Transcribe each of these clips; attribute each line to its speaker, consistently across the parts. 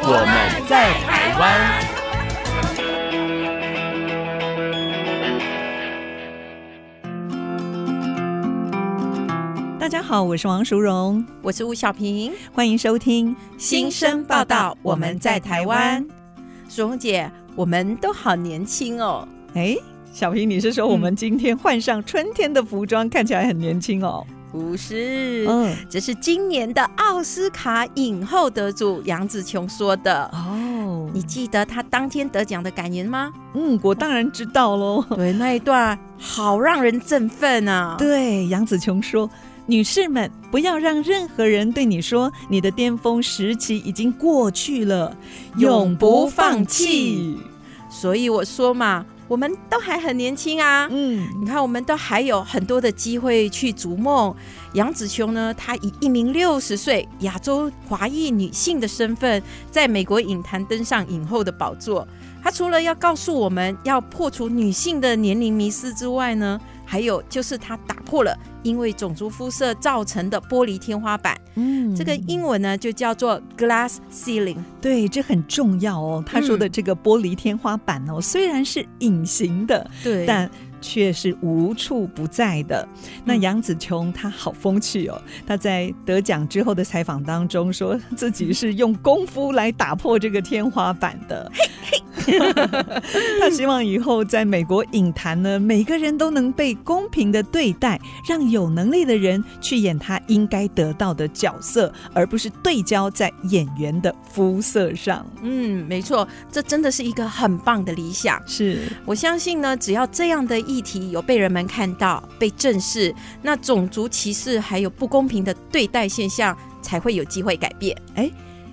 Speaker 1: 我们在台湾。
Speaker 2: 大家好，我是王淑荣，
Speaker 3: 我是吴小平，
Speaker 2: 欢迎收听
Speaker 3: 新生报道，我们在台湾。。淑荣姐，我们都好年轻哦。
Speaker 2: 哎，小平，你是说我们今天换上春天的服装，看起来很年轻哦？
Speaker 3: 不是，
Speaker 2: 嗯，
Speaker 3: 哦这是今年的奥斯卡影后得主杨紫琼说的。
Speaker 2: 哦，
Speaker 3: 你记得她当天得奖的感言吗？
Speaker 2: 嗯，我当然知道喽。
Speaker 3: 对，那一段好让人振奋啊！
Speaker 2: 对，杨紫琼说：“女士们，不要让任何人对你说你的巅峰时期已经过去了，
Speaker 3: 永不放弃。所以我说嘛，我们都还很年轻啊”。
Speaker 2: 嗯，
Speaker 3: 你看，我们都还有很多的机会去逐梦。杨紫琼呢，她以一名六十岁亚洲华裔女性的身份，在美国影坛登上影后的宝座。她除了要告诉我们要破除女性的年龄迷思之外呢，还有就是她打破了因为种族肤色造成的玻璃天花板。
Speaker 2: 嗯
Speaker 3: 这个英文呢，就叫做 glass ceiling。
Speaker 2: 对，这很重要哦。他说的这个玻璃天花板哦，虽然是隐形的，
Speaker 3: 对
Speaker 2: 但却是无处不在的。那
Speaker 3: 嗯
Speaker 2: 杨紫琼她好风趣哦，她在得奖之后的采访当中说 自己是用功夫来打破这个天花板的。 她希望以后在美国影坛呢，每个人都能被公平的对待，让有能力的人去演他应该得到的角色，而不是对焦在演员的肤色上。
Speaker 3: 嗯，没错，这真的是一个很棒的理想。
Speaker 2: 是，
Speaker 3: 我相信呢，只要这样的议题有被人们看到、被正视，那种族歧视还有不公平的对待现象才会有机会改 变。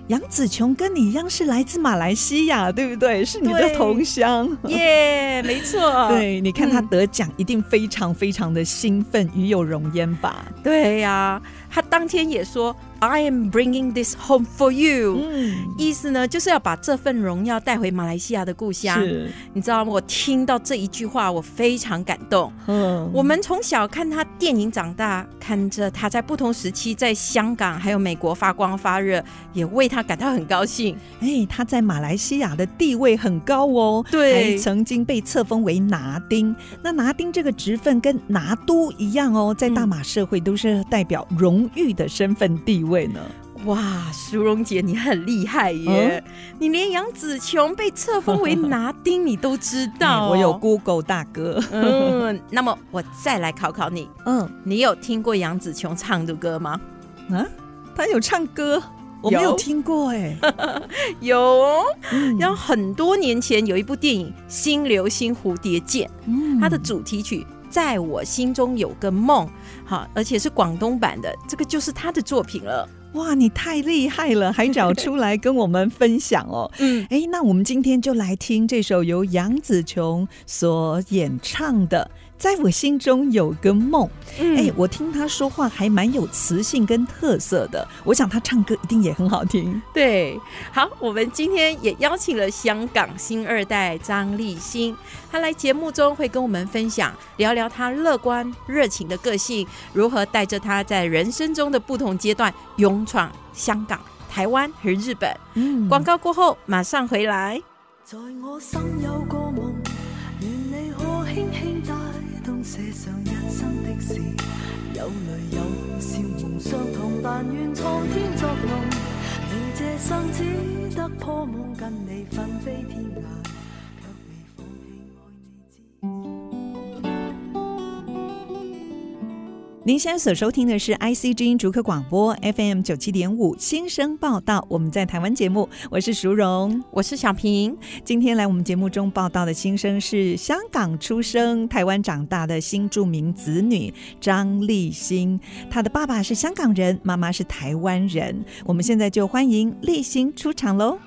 Speaker 2: 杨紫琼跟你一样是来自马来西亚，对不对？是你的
Speaker 3: 对
Speaker 2: 同乡。
Speaker 3: 耶、没错，
Speaker 2: 对，你看他
Speaker 3: 嗯
Speaker 2: 得奖，一定非常非常的兴奋，与有荣焉吧？
Speaker 3: 对呀、他当天也说：“I am bringing this home for you。
Speaker 2: 嗯，
Speaker 3: 意思呢，就是要把这份荣耀带回马来西亚的故乡。
Speaker 2: 是，
Speaker 3: 你知道吗？我听到这一句话，我非常感动。
Speaker 2: 嗯，
Speaker 3: 我们从小看他电影长大，看着他在不同时期在香港还有美国发光发热，也为他感到很高兴。
Speaker 2: 哎，他在马来西亚的地位很高哦，
Speaker 3: 对
Speaker 2: 还曾经被册封为拿丁。那拿丁这个职分跟拿督一样哦，在大
Speaker 3: 嗯
Speaker 2: 马社会都是代表荣誉的身份地位呢。
Speaker 3: 哇，淑荣姐你很厉害耶！你连杨紫琼被册封为拿丁你都知道、
Speaker 2: 哎
Speaker 3: 哦
Speaker 2: 我有。Google 大哥，
Speaker 3: 嗯，那么我再来考考你，
Speaker 2: 嗯
Speaker 3: 你有听过杨紫琼唱的歌吗？
Speaker 2: 啊， 他有唱歌，我没有
Speaker 3: 有
Speaker 2: 听过哎、
Speaker 3: 有哦。
Speaker 2: 嗯
Speaker 3: 然后很多年前有一部电影《新流星蝴蝶剑》，
Speaker 2: 嗯
Speaker 3: 它的主题曲《在我心中有个梦》，好，而且是广东版的，这个就是他的作品了。
Speaker 2: 哇，你太厉害了，还找出来跟我们分享 哦。
Speaker 3: 嗯，
Speaker 2: 哎，那我们今天就来听这首由杨紫琼所演唱的《在我心中有个梦》。哎、
Speaker 3: 哎，
Speaker 2: 我听她说话还蛮有磁性跟特色的，我想她唱歌一定也很好听。
Speaker 3: 对，好，我们今天也邀请了香港新二代张立新，他来节目中会跟我们分享，聊聊他乐观热情的个性，如何带着他在人生中的不同阶段勇闯香港、台湾和日本。
Speaker 2: 嗯
Speaker 3: 广告过后马上回来。
Speaker 4: 在我心有个梦，愿你可轻轻带动，写上一生的事。有泪有笑，梦相同，但愿苍天作弄。你这生只得破梦，跟你分飞天涯，却未放弃爱你之。
Speaker 2: 您现在所收听的是 IC 之音逐客广播 FM 九七点五新生报道，我们在台湾节目，我是淑荣。
Speaker 3: 我是小平，
Speaker 2: 今天来我们节目中报道的新生是香港出生、台湾长大的新著名子女张立新。她的爸爸是香港人，妈妈是台湾人。我们现在就欢迎立新出场喽！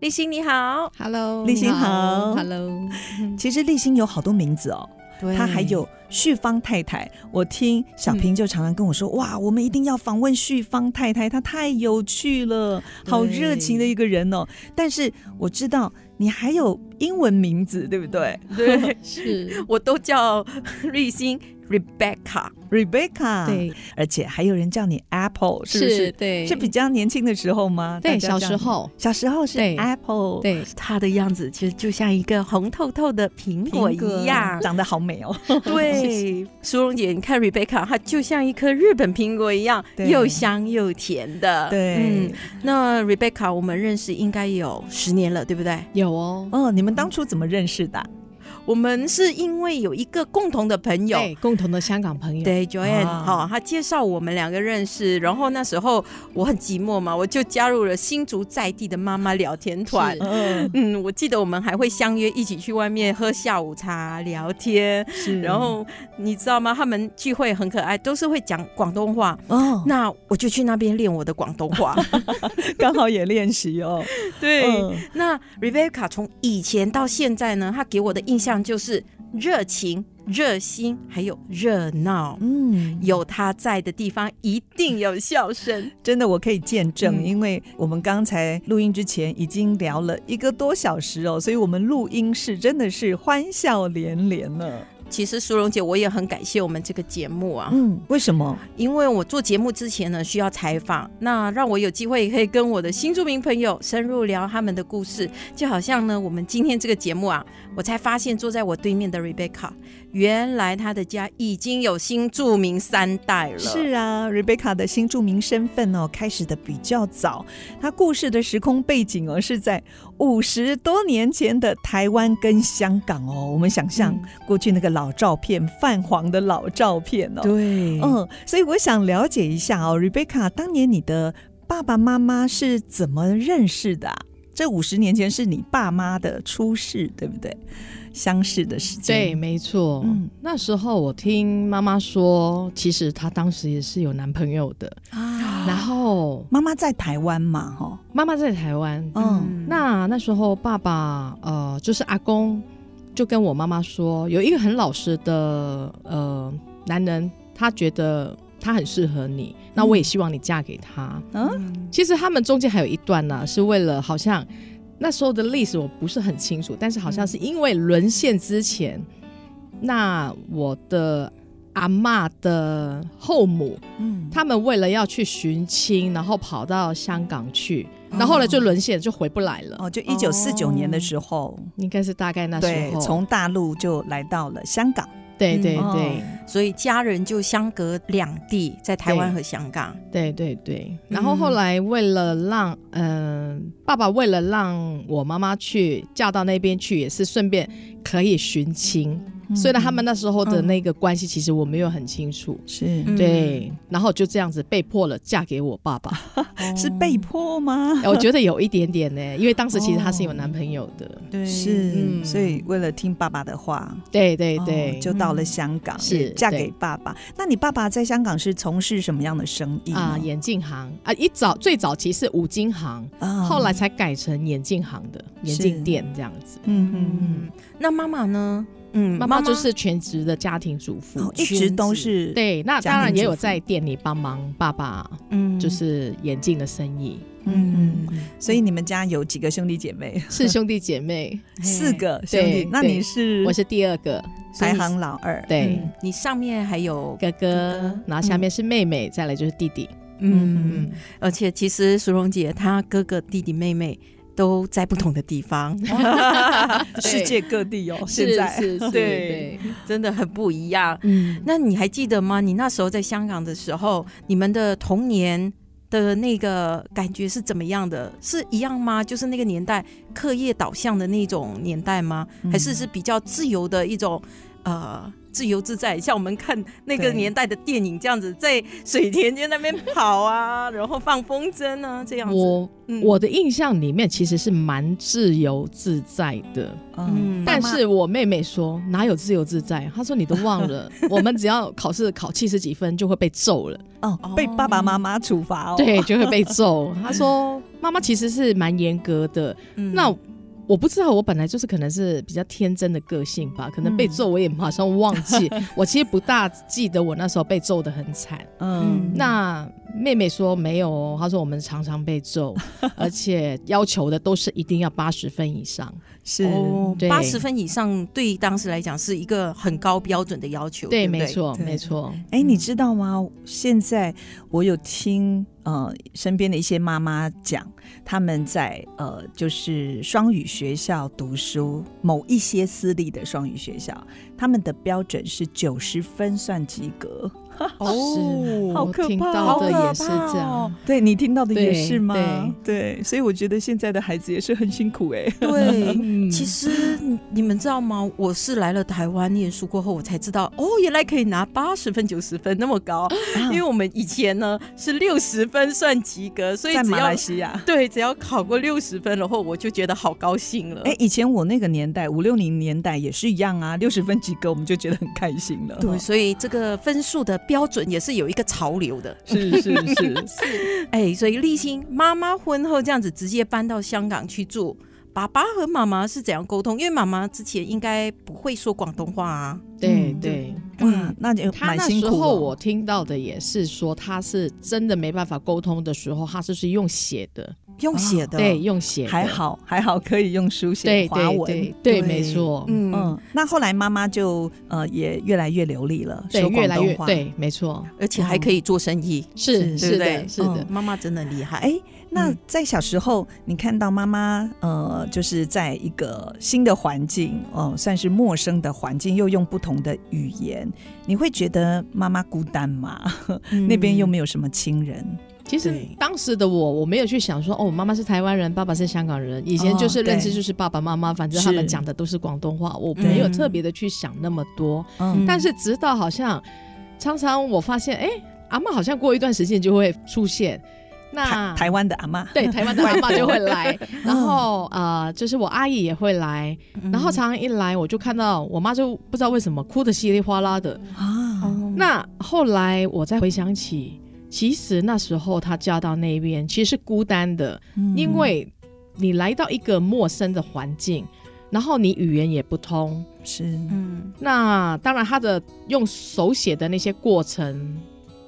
Speaker 3: 立新你好，
Speaker 5: Hello，
Speaker 2: 立新好
Speaker 5: ，Hello，
Speaker 2: 其实立新有好多名字哦，
Speaker 5: 对
Speaker 2: 她还有旭芳太太。我听小平就常常跟我说：“哇，我们一定要访问旭芳太太，她太有趣了，好热情的一个人哦。”但是我知道你还有英文名字，对不对
Speaker 3: 对
Speaker 5: 是，
Speaker 3: 我都叫 立新 Rebecca，
Speaker 2: ？Rebecca，，
Speaker 5: 对，
Speaker 2: 而且还有人叫你 Apple，是不
Speaker 5: 是，
Speaker 2: 是？
Speaker 5: 对，
Speaker 2: 是比较年轻的时候吗？
Speaker 5: 对
Speaker 2: 大家
Speaker 5: 小
Speaker 2: 这样
Speaker 5: 时，候，
Speaker 2: 小时候是
Speaker 5: 对
Speaker 2: Apple，，
Speaker 5: 对，
Speaker 3: 她的样子其实就像一个红透透的苹果一样。
Speaker 2: 长得好美哦。
Speaker 3: 对，苏荣姐，你看 Rebecca，她就像一颗日本苹果一样，
Speaker 2: 对
Speaker 3: 又香又甜的。嗯
Speaker 2: 对，，
Speaker 3: 那 Rebecca 我们认识应该有十年了，对不对？
Speaker 5: 有哦，
Speaker 2: 哦，你们当初怎么认识的啊？
Speaker 3: 我们是因为有一个共同的朋友。
Speaker 5: 对，共同的香港朋友，
Speaker 3: 对，Joanne，
Speaker 2: 啊
Speaker 3: 哈、他介绍我们两个认识，然后那时候我很寂寞嘛，我就加入了新竹在地的妈妈聊天团
Speaker 5: 是。
Speaker 2: 嗯，
Speaker 3: 嗯，我记得我们还会相约一起去外面喝下午茶、聊天，
Speaker 2: 是
Speaker 3: 然后你知道吗？他们聚会很可爱，都是会讲广东话。
Speaker 2: 哦，
Speaker 3: 那我就去那边练我的广东话。
Speaker 2: 刚好也练习哦。
Speaker 3: 对，
Speaker 2: 嗯
Speaker 3: 那 Rebecca 从以前到现在呢，她给我的印象就是热情、热心，还有热闹。
Speaker 2: 嗯，
Speaker 3: 有她在的地方，一定有笑声。
Speaker 2: 真的我可以见证，
Speaker 3: 嗯
Speaker 2: 因为我们刚才录音之前已经聊了一个多小时哦，所以我们录音室真的是欢笑连连了。
Speaker 3: 其实苏荣姐，我也很感谢我们这个节目啊，
Speaker 2: 嗯，为什么？
Speaker 3: 因为我做节目之前呢需要采访，那让我有机会可以跟我的新著名朋友深入聊他们的故事，就好像呢我们今天这个节目啊，我才发现坐在我对面的 Rebecca，原来她的家已经有新著名三代了。
Speaker 2: 是啊，Rebecca 的新著名身份哦，开始的比较早。她故事的时空背景哦，是在五十多年前的台湾跟香港哦。我们想象
Speaker 3: 嗯
Speaker 2: 过去那个老照片，泛黄的老照片哦。
Speaker 3: 对
Speaker 2: 嗯，所以我想了解一下哦，Rebecca，当年你的爸爸妈妈是怎么认识的、啊？这五十年前是你爸妈的初试，对不对？相识的时间，
Speaker 5: 对，没错。
Speaker 2: 嗯
Speaker 5: 那时候我听妈妈说，其实她当时也是有男朋友的。
Speaker 2: 啊，
Speaker 5: 然后
Speaker 2: 妈妈在台湾嘛，哈，
Speaker 5: 妈妈在台湾，
Speaker 2: 嗯，
Speaker 5: 那那时候爸爸呃，就是阿公就跟我妈妈说，有一个很老实的呃男人，他觉得他很适合你，那我也希望你嫁给他。
Speaker 3: 嗯
Speaker 5: 其实他们中间还有一段呢、是为了好像那时候的历史我不是很清楚，但是好像是因为沦陷之前，那我的阿嬷的后母，
Speaker 2: 嗯，
Speaker 5: 他们为了要去寻亲，然后跑到香港去，然后后来就沦陷，就回不来了。
Speaker 2: 哦，就一九四九年的时候，
Speaker 5: 应该是大概那时
Speaker 2: 对，
Speaker 5: 候，
Speaker 2: 从大陆就来到了香港，
Speaker 5: 对
Speaker 3: 嗯
Speaker 5: 对
Speaker 2: 哦
Speaker 5: 对、
Speaker 3: 所以家人就相隔两地，在台湾和香港。
Speaker 5: 对对对。
Speaker 2: 嗯
Speaker 5: 然后后来为了让嗯、爸爸为了让我妈妈去嫁到那边去，也是顺便可以寻亲。
Speaker 2: 嗯
Speaker 5: 虽然他们那时候的那个关系，其实我没有很清楚。
Speaker 2: 是、
Speaker 3: 嗯
Speaker 5: 对，然后就这样子被迫了嫁给我爸 爸，哎
Speaker 2: 是被迫吗？
Speaker 5: 我觉得有一点点呢，因为当时其实她是有男朋友的，
Speaker 2: 哦
Speaker 3: 对
Speaker 2: 是、
Speaker 5: 嗯
Speaker 2: 所以为了听爸爸的话，
Speaker 5: 对对
Speaker 2: 哦
Speaker 5: 对，
Speaker 2: 就到了香港，
Speaker 5: 是
Speaker 2: 也嫁给
Speaker 5: 对
Speaker 2: 爸爸。那你爸爸在香港是从事什么样的生意呢
Speaker 5: 啊、眼镜行啊，一早最早期是五金行，
Speaker 2: 啊
Speaker 5: 后来才改成眼镜行的眼
Speaker 2: 是
Speaker 5: 镜店这样子。
Speaker 2: 嗯嗯
Speaker 3: 嗯，那妈妈呢？嗯，
Speaker 5: 妈妈就是全职的家庭主妇。
Speaker 2: 嗯，哦一直都是
Speaker 5: 对，那
Speaker 2: 家庭
Speaker 5: 当然
Speaker 2: 主
Speaker 5: 也有
Speaker 2: 妇
Speaker 5: 在店里帮忙爸爸，
Speaker 3: 嗯
Speaker 5: 就是眼镜的生意，
Speaker 2: 嗯，嗯，所以你们家有几个兄弟姐妹？
Speaker 5: 是兄弟姐妹，
Speaker 2: 四个兄弟
Speaker 5: 对，
Speaker 2: 那你是
Speaker 5: 我是第二个，
Speaker 3: 所
Speaker 2: 嗯
Speaker 3: 以
Speaker 2: 排
Speaker 3: 你
Speaker 2: 行老二，
Speaker 5: 对，
Speaker 3: 嗯你上面还有
Speaker 5: 哥哥
Speaker 3: 哥，
Speaker 5: 然后下面是妹妹，再来就是弟弟，
Speaker 3: 嗯，
Speaker 5: 嗯，
Speaker 3: 而且其实苏荣姐她哥哥、弟弟、妹妹都在不同的地方，
Speaker 2: 世界各地哦，
Speaker 5: 是
Speaker 2: 现在
Speaker 5: 是
Speaker 3: 对
Speaker 5: 是，对，
Speaker 3: 真的很不一样。
Speaker 5: 嗯，
Speaker 3: 那你还记得吗？你那时候在香港的时候，你们的童年的那个感觉是怎么样的？是一样吗？就是那个嗯年代课业导向的那种年代吗？还是是比较自由的一种呃自由自在，像我们看那个
Speaker 2: 对
Speaker 3: 年代的电影这样子，在水田间那边跑啊，然后放风筝啊，这样子。
Speaker 5: 我、
Speaker 3: 嗯
Speaker 5: 我的印象里面其实是蛮自由自在的，
Speaker 2: 嗯，
Speaker 5: 但是我妹妹说哪有自由自在？她说你都忘了，我们只要考试考七十几分就会被揍了，
Speaker 2: 哦，被爸爸妈妈处罚哦，
Speaker 5: 对，就会被揍。 她说妈妈其实是蛮严格的，
Speaker 3: 嗯
Speaker 5: 那。我不知道，我本来就是可能是比较天真的个性吧，可
Speaker 2: 嗯
Speaker 5: 能被揍我也马上忘 记。我其实不大记得我那时候被揍的很惨。
Speaker 2: 嗯，
Speaker 3: 嗯
Speaker 5: 那妹妹说没有哦，她说我们常常被 揍，而且要求的都是一定要八十分以上。
Speaker 2: 是
Speaker 3: 哦
Speaker 5: 对，
Speaker 3: 八十分以上对当时来讲是一个很高标准的要求，
Speaker 5: 对，
Speaker 3: 不
Speaker 5: 没。错，
Speaker 2: 对
Speaker 5: 没错。
Speaker 2: 哎，你知道吗？现在我有听呃身边的一些妈妈讲，他们在呃就是双语学校读书，某一些私立的双语学校，他们的标准是九十分算及 格。
Speaker 5: 是
Speaker 2: 好
Speaker 5: 我
Speaker 2: 可
Speaker 5: 听
Speaker 2: 怕
Speaker 5: 到的
Speaker 3: 哦好可
Speaker 5: 也是
Speaker 3: 怕
Speaker 5: 这样
Speaker 3: 哦。
Speaker 2: 对你听到的也
Speaker 5: 对
Speaker 2: 是吗？
Speaker 5: 对
Speaker 2: 对所以我觉得现在的孩子也是很辛苦哎、
Speaker 3: 对，
Speaker 5: 嗯
Speaker 3: 其实你你们知道吗？我是来了台湾念书过后，我才知道哦，原来可以拿八十分、九十分那么高，因为我们以前呢是六十分算及格，所以
Speaker 2: 在
Speaker 3: 只
Speaker 2: 马
Speaker 3: 要
Speaker 2: 来西亚。
Speaker 3: 对只要考过六十分，然后我就觉得好高兴了。
Speaker 2: 哎，以前我那个年代，五六零年代也是一样啊，六十分及格我们就觉得很开心了。
Speaker 3: 对，所以这个分数的标准也是有一个潮流的。
Speaker 2: 是是 是
Speaker 3: 哎，所以立新妈妈婚后这样子直接搬到香港去住，爸爸和妈妈是怎样沟通？因为妈妈之前应该不会说广东话啊。
Speaker 5: 对
Speaker 2: 嗯
Speaker 5: 对，
Speaker 2: 哇，那就
Speaker 5: 他
Speaker 2: 蛮
Speaker 5: 那
Speaker 2: 辛
Speaker 5: 时
Speaker 2: 苦哦
Speaker 5: 候
Speaker 2: 了。
Speaker 5: 我听到的也是说，他是真的没办法沟通的时候，他就是用写的，
Speaker 3: 用写的，
Speaker 5: 对，，用写的
Speaker 2: 还，好还好可以用书
Speaker 5: 对
Speaker 2: 写华
Speaker 5: 对
Speaker 2: 文。
Speaker 5: 对对，
Speaker 3: 对
Speaker 5: 没错，
Speaker 3: 嗯
Speaker 2: 嗯，那后来妈妈就呃也越来越流利了，
Speaker 5: 对，
Speaker 2: 说
Speaker 5: 越
Speaker 2: 广
Speaker 5: 来越
Speaker 2: 东话。
Speaker 5: 对，没错，
Speaker 3: 而且还可以做生意，
Speaker 5: 是
Speaker 3: 对
Speaker 5: 是
Speaker 3: 不
Speaker 5: 的，
Speaker 3: 对
Speaker 5: 是的
Speaker 2: 嗯，
Speaker 3: 妈妈真的厉害。
Speaker 2: 哎，那
Speaker 5: 嗯
Speaker 2: 在小时候，你看到妈妈呃，就是在一个新的环境，哦、算是陌生的环境，又用不同的语言，你会觉得妈妈孤单吗？
Speaker 5: 嗯
Speaker 3: 嗯
Speaker 2: 那边又没有什么亲人，
Speaker 5: 其实
Speaker 2: 对
Speaker 5: 当时的我，我没有去想说，哦，我妈妈是台湾人，爸爸是香港人。以前就是
Speaker 2: 哦对
Speaker 5: 认知就是爸爸妈妈，反正他们
Speaker 2: 是
Speaker 5: 讲的都是广东话，我
Speaker 2: 对
Speaker 5: 没有特别的去想那么多。
Speaker 2: 嗯，
Speaker 5: 但是直到好像常常我发现，哎，阿妈好像过一段时间就会出现，那
Speaker 2: 台台湾的阿妈，
Speaker 5: 对台湾的阿妈就会 来，然后呃，就是我阿姨也会来，
Speaker 2: 嗯
Speaker 5: 然后常常一来我就看到我妈就不知道为什么哭的稀里哗啦的，
Speaker 2: 啊，
Speaker 3: 哦
Speaker 5: 那后来我再回想起，其实那时候她嫁到那边其实是孤单的，因为你来到一个陌生的环境，然后你语言也不通。
Speaker 2: 是
Speaker 3: 嗯，
Speaker 5: 那当然，她的用手写的那些过程，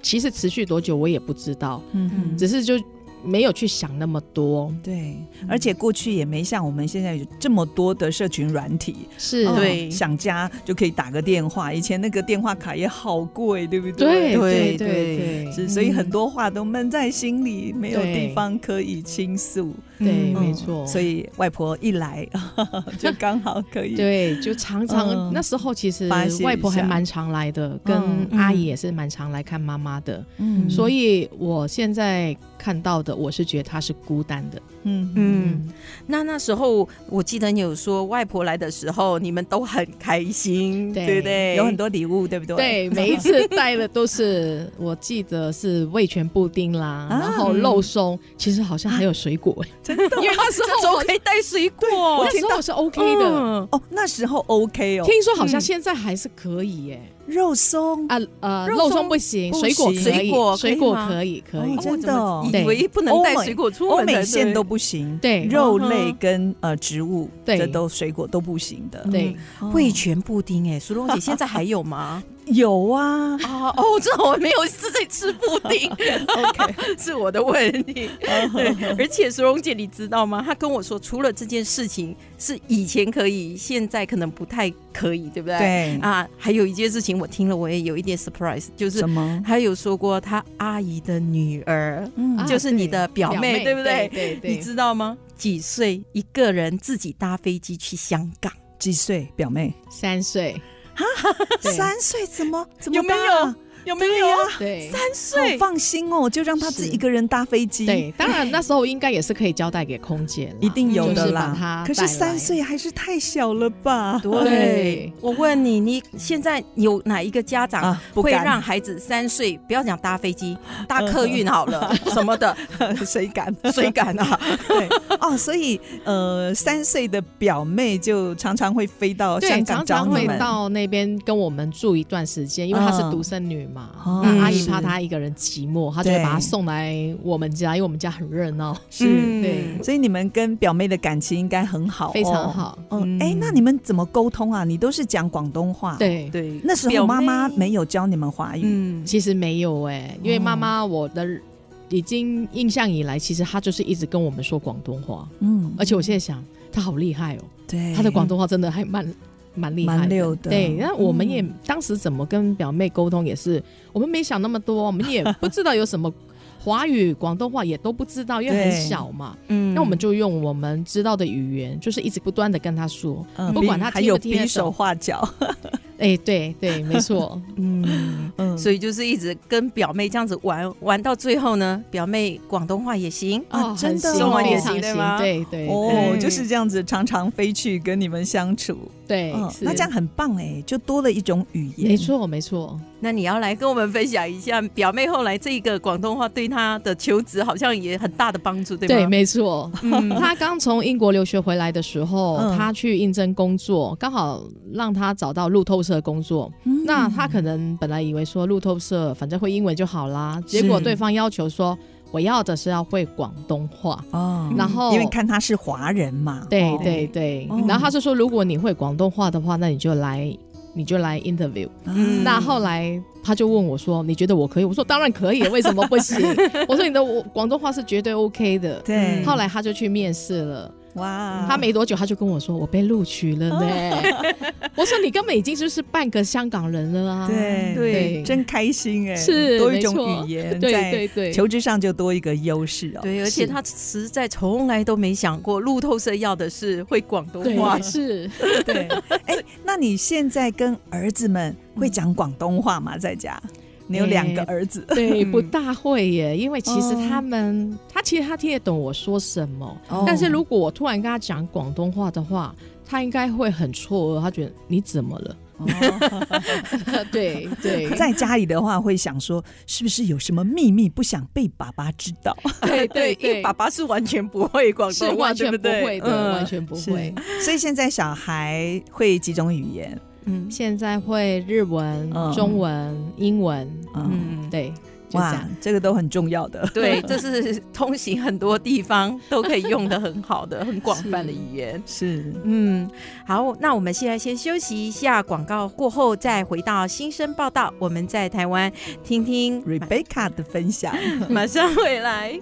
Speaker 5: 其实持续多久我也不知道，
Speaker 2: 嗯
Speaker 5: 只是就没有去想那么多。
Speaker 2: 对，而且过去也没像我们现在有这么多的社群软体，
Speaker 5: 是
Speaker 2: 哦
Speaker 3: 对
Speaker 2: 想家就可以打个电话。以前那个电话卡也好贵，对不
Speaker 5: 对
Speaker 2: 对
Speaker 3: 对
Speaker 5: 对对
Speaker 2: 是，
Speaker 5: 对
Speaker 2: 所以很多话都闷在心里，没有
Speaker 5: 对
Speaker 2: 地方可以倾诉。
Speaker 5: 对，
Speaker 2: 嗯
Speaker 5: 没错。
Speaker 2: 所以外婆一来， 就刚好可以。
Speaker 5: 对，就常常、
Speaker 2: 嗯
Speaker 5: 那时候其实
Speaker 2: 发泄一
Speaker 5: 外婆还
Speaker 2: 下
Speaker 5: 蛮常来的，跟
Speaker 2: 嗯
Speaker 5: 阿姨也是蛮常来看妈妈的，
Speaker 2: 嗯
Speaker 5: 所以我现在看到的，我是觉得她是孤单的。
Speaker 2: 嗯
Speaker 3: 嗯，那那时候我记得你有说外婆来的时候，你们都很开心，
Speaker 5: 对
Speaker 3: 对不对？
Speaker 2: 有很多礼物，对不对？
Speaker 5: 对，每一次带的都是，我记得是味全布丁啦，
Speaker 2: 啊
Speaker 5: 然后肉松，其实好像还有水果，
Speaker 2: 真 的
Speaker 5: 因为那时
Speaker 3: 这
Speaker 5: 候
Speaker 3: 候
Speaker 5: 我
Speaker 3: 可以带水果，
Speaker 5: 我
Speaker 2: 我
Speaker 5: 那
Speaker 2: 听
Speaker 5: 时
Speaker 2: 到
Speaker 5: 候我是 OK 的，
Speaker 3: 嗯
Speaker 2: 哦，那时候 OK 哦，
Speaker 5: 听说好像
Speaker 3: 嗯
Speaker 5: 现在还是可以耶。
Speaker 2: 肉松
Speaker 5: 啊呃，
Speaker 3: 肉
Speaker 5: 肉
Speaker 3: 松
Speaker 5: 松不行，
Speaker 2: 不
Speaker 5: 水果
Speaker 2: 行
Speaker 5: 可
Speaker 3: 水果
Speaker 5: 以，水
Speaker 3: 可以
Speaker 5: 果
Speaker 3: 吗
Speaker 5: 可以可以
Speaker 2: 哦。真的哦
Speaker 3: 我怎么以为不能带水果出门
Speaker 2: 欧
Speaker 3: 的，
Speaker 2: 美
Speaker 3: 对
Speaker 2: 线都不行，
Speaker 5: 对
Speaker 2: 肉
Speaker 3: 嗯
Speaker 2: 类
Speaker 3: 哼
Speaker 2: 跟呃植物，
Speaker 5: 对
Speaker 2: 这都水果都不行的。
Speaker 5: 对，嗯
Speaker 2: 哦
Speaker 3: 味全布丁哎，苏蓉姐现在还有吗？
Speaker 2: 有啊
Speaker 3: 啊哦，这我没有是在吃布丁，
Speaker 2: ，OK，
Speaker 3: 是我的问 题。对，而且苏蓉姐，你知道吗？她跟我说，除了这件事情是以前可以，现在可能不太可以，对不对？
Speaker 2: 对
Speaker 3: 啊，还有一件事情我听了，我也有一点 surprise，就是
Speaker 2: 什 么？
Speaker 3: 她有说过她阿姨的女儿，
Speaker 2: 嗯
Speaker 5: 啊
Speaker 3: 就是你的表
Speaker 5: 表
Speaker 3: 妹，对不对？
Speaker 5: 对对，
Speaker 3: 你知道吗？几岁一个人自己搭飞机去香港？
Speaker 2: 几岁？表妹
Speaker 5: 三岁，对
Speaker 2: 啊三岁，怎么怎么
Speaker 3: 有没
Speaker 2: 搭啊？有没有？
Speaker 5: 对
Speaker 3: 三
Speaker 2: 好
Speaker 3: 岁
Speaker 2: 放心哦，就让他自己一个人搭飞机。。
Speaker 5: 对，当然那时候应该也是可以交代给空姐啦，
Speaker 2: 一定有的
Speaker 5: 就是把
Speaker 2: 啦
Speaker 5: 他，
Speaker 2: 可是
Speaker 5: 带
Speaker 2: 三
Speaker 5: 来
Speaker 2: 岁还是太小了吧？
Speaker 5: 对
Speaker 3: 我问你，你现在有哪一个家长
Speaker 2: 啊不
Speaker 3: 会
Speaker 2: 敢
Speaker 3: 让孩子三岁？不要讲搭飞 机，搭客运好了，
Speaker 5: 嗯
Speaker 3: 什么的，
Speaker 2: 谁敢？
Speaker 3: 谁敢啊？
Speaker 2: 对哦，所以呃，三岁的表妹就常常会飞到
Speaker 5: 对，
Speaker 2: 香
Speaker 5: 常
Speaker 2: 港找
Speaker 5: 常
Speaker 2: 你
Speaker 5: 会
Speaker 2: 们。
Speaker 5: 到那边跟我们住一段时间，因为她是独生女嘛
Speaker 2: 嗯哦，
Speaker 5: 那阿姨
Speaker 2: 是
Speaker 5: 怕她一个人寂寞，她就会
Speaker 2: 对
Speaker 5: 把她送来我们家，因为我们家很热闹，
Speaker 3: 嗯
Speaker 2: 是，
Speaker 5: 对
Speaker 2: 所以你们跟表妹的感情应该很好、
Speaker 5: 非常。好。
Speaker 2: 嗯，哎、那你们怎么沟通啊？你都是讲广东话、
Speaker 5: 对
Speaker 2: 对，那时
Speaker 3: 表
Speaker 2: 候
Speaker 3: 妹
Speaker 2: 妈妈没有教你们华语。
Speaker 3: 嗯，
Speaker 5: 其实没有哎、因为妈妈我的已经印象以来，其实她就是一直跟我们说广东话，
Speaker 2: 嗯
Speaker 5: 而且我现在想她好厉害哦，
Speaker 2: 对
Speaker 5: 她的广东话真的还蛮蛮厉害
Speaker 2: 哎蛮
Speaker 5: 的。
Speaker 2: 溜的。嗯
Speaker 5: 对，那我们也、当时怎么跟表妹沟通，也是我们没想那么多，我们也不知道有什么华语、广东话也都不知道，因为很
Speaker 2: 对
Speaker 5: 小嘛。
Speaker 3: 嗯
Speaker 5: 那我们就用我们知道的语言，就是一直不断的跟她说。
Speaker 2: 嗯
Speaker 5: 不管她
Speaker 2: 还
Speaker 5: 听
Speaker 2: 有
Speaker 5: 不听得
Speaker 2: 比手
Speaker 5: 懂
Speaker 2: 画脚。
Speaker 5: 哎、对对，没错，
Speaker 3: 嗯，
Speaker 2: 嗯
Speaker 3: 所以就是一直跟表妹这样子玩，玩到最后呢，表妹广东话也行，
Speaker 2: 啊
Speaker 5: 哦，
Speaker 2: 真
Speaker 5: 很
Speaker 2: 的哦
Speaker 5: 行非常
Speaker 3: 中文也行对
Speaker 5: 行，
Speaker 3: 吗
Speaker 5: 对对
Speaker 2: 哦，
Speaker 3: 对
Speaker 2: 就是这样子，常常飞去跟你们相处。
Speaker 5: 对，
Speaker 2: 嗯
Speaker 5: 是
Speaker 2: 那这样很棒哎，就多了一种语言。
Speaker 5: 没，错没错。
Speaker 3: 那你要来跟我们分享一下，表妹后来这个广东话对她的求职好像也很大的帮助，对吗？
Speaker 5: 没错。
Speaker 3: 嗯
Speaker 5: 他刚从英国留学回来的时候，
Speaker 2: 嗯
Speaker 5: 他去应征工作，刚好让他找到路透社的工作。那他可能本来以为说路透社反正会英文就好啦，结果
Speaker 2: 是
Speaker 5: 对方要求说我要的是要会广东话。
Speaker 2: 哦
Speaker 5: 然后
Speaker 2: 因为看他是华人嘛，
Speaker 5: 对
Speaker 2: 哦
Speaker 5: 对对，
Speaker 2: 哦
Speaker 5: 然后他就说，如果你会广东话的话，那你就来，你就来 interview。
Speaker 2: 啊
Speaker 3: 嗯
Speaker 5: 那后来他就问我说：“你觉得我可以？”我说：“当然可以，为什么不 行？”我说：“你的我广东话是绝对 OK 的。”
Speaker 2: 对，
Speaker 5: 嗯后来他就去面试了。
Speaker 2: 哇，
Speaker 5: 他没多久他就跟我说：“我被录取了 呢。”我说：“你根本已经就是半个香港人了啊！”
Speaker 2: 对
Speaker 5: 对，
Speaker 2: 真开心哎，
Speaker 5: 是
Speaker 2: 多一
Speaker 5: 没
Speaker 2: 种
Speaker 5: 错
Speaker 2: 语言，在
Speaker 5: 对对对，
Speaker 2: 求职上就多一个优势哦。
Speaker 3: 对，而且她实在从来都没想过路透社要的是会广东话
Speaker 5: 对，是
Speaker 2: 对，哎，那你现在跟儿子们会讲广东话吗？在家，
Speaker 5: 嗯
Speaker 2: 你有两个
Speaker 5: 哎
Speaker 2: 儿子
Speaker 5: 对
Speaker 3: 嗯
Speaker 5: 不大会耶，因为其实
Speaker 2: 哦
Speaker 5: 他们他其实他听得懂我说什么，
Speaker 2: 哦
Speaker 5: 但是如果我突然跟他讲广东话的话，他应该会很错愕，他觉得你怎么 了？对哦 对，
Speaker 2: 在家里的话，会想说是不是有什么秘密不想被爸爸知道？
Speaker 5: 对
Speaker 3: 对，
Speaker 5: 对
Speaker 3: 因为
Speaker 5: 对
Speaker 3: 爸，爸是完全不会广
Speaker 5: 是
Speaker 3: 东话，
Speaker 5: 完
Speaker 3: 对
Speaker 5: 全
Speaker 3: 不
Speaker 5: 不
Speaker 3: 对？
Speaker 5: 会的，
Speaker 3: 嗯
Speaker 5: 完全不会
Speaker 2: 是。，所以现在小孩会几种语言？
Speaker 3: 嗯
Speaker 5: 现在会日文
Speaker 2: 嗯、
Speaker 5: 中文、英文，
Speaker 2: 嗯，
Speaker 3: 嗯，
Speaker 5: 对，就这
Speaker 2: 哇
Speaker 5: 样。，
Speaker 2: 这个都很重要 的。
Speaker 3: 对，这是 通行很多地方都可以用的很好的、很广泛的语言。
Speaker 2: 是，
Speaker 3: 嗯，好，那我们现在先休息一下，广告过后再回到新生报道。我们在台湾听听
Speaker 2: Rebecca 的分享。
Speaker 3: 马上回来。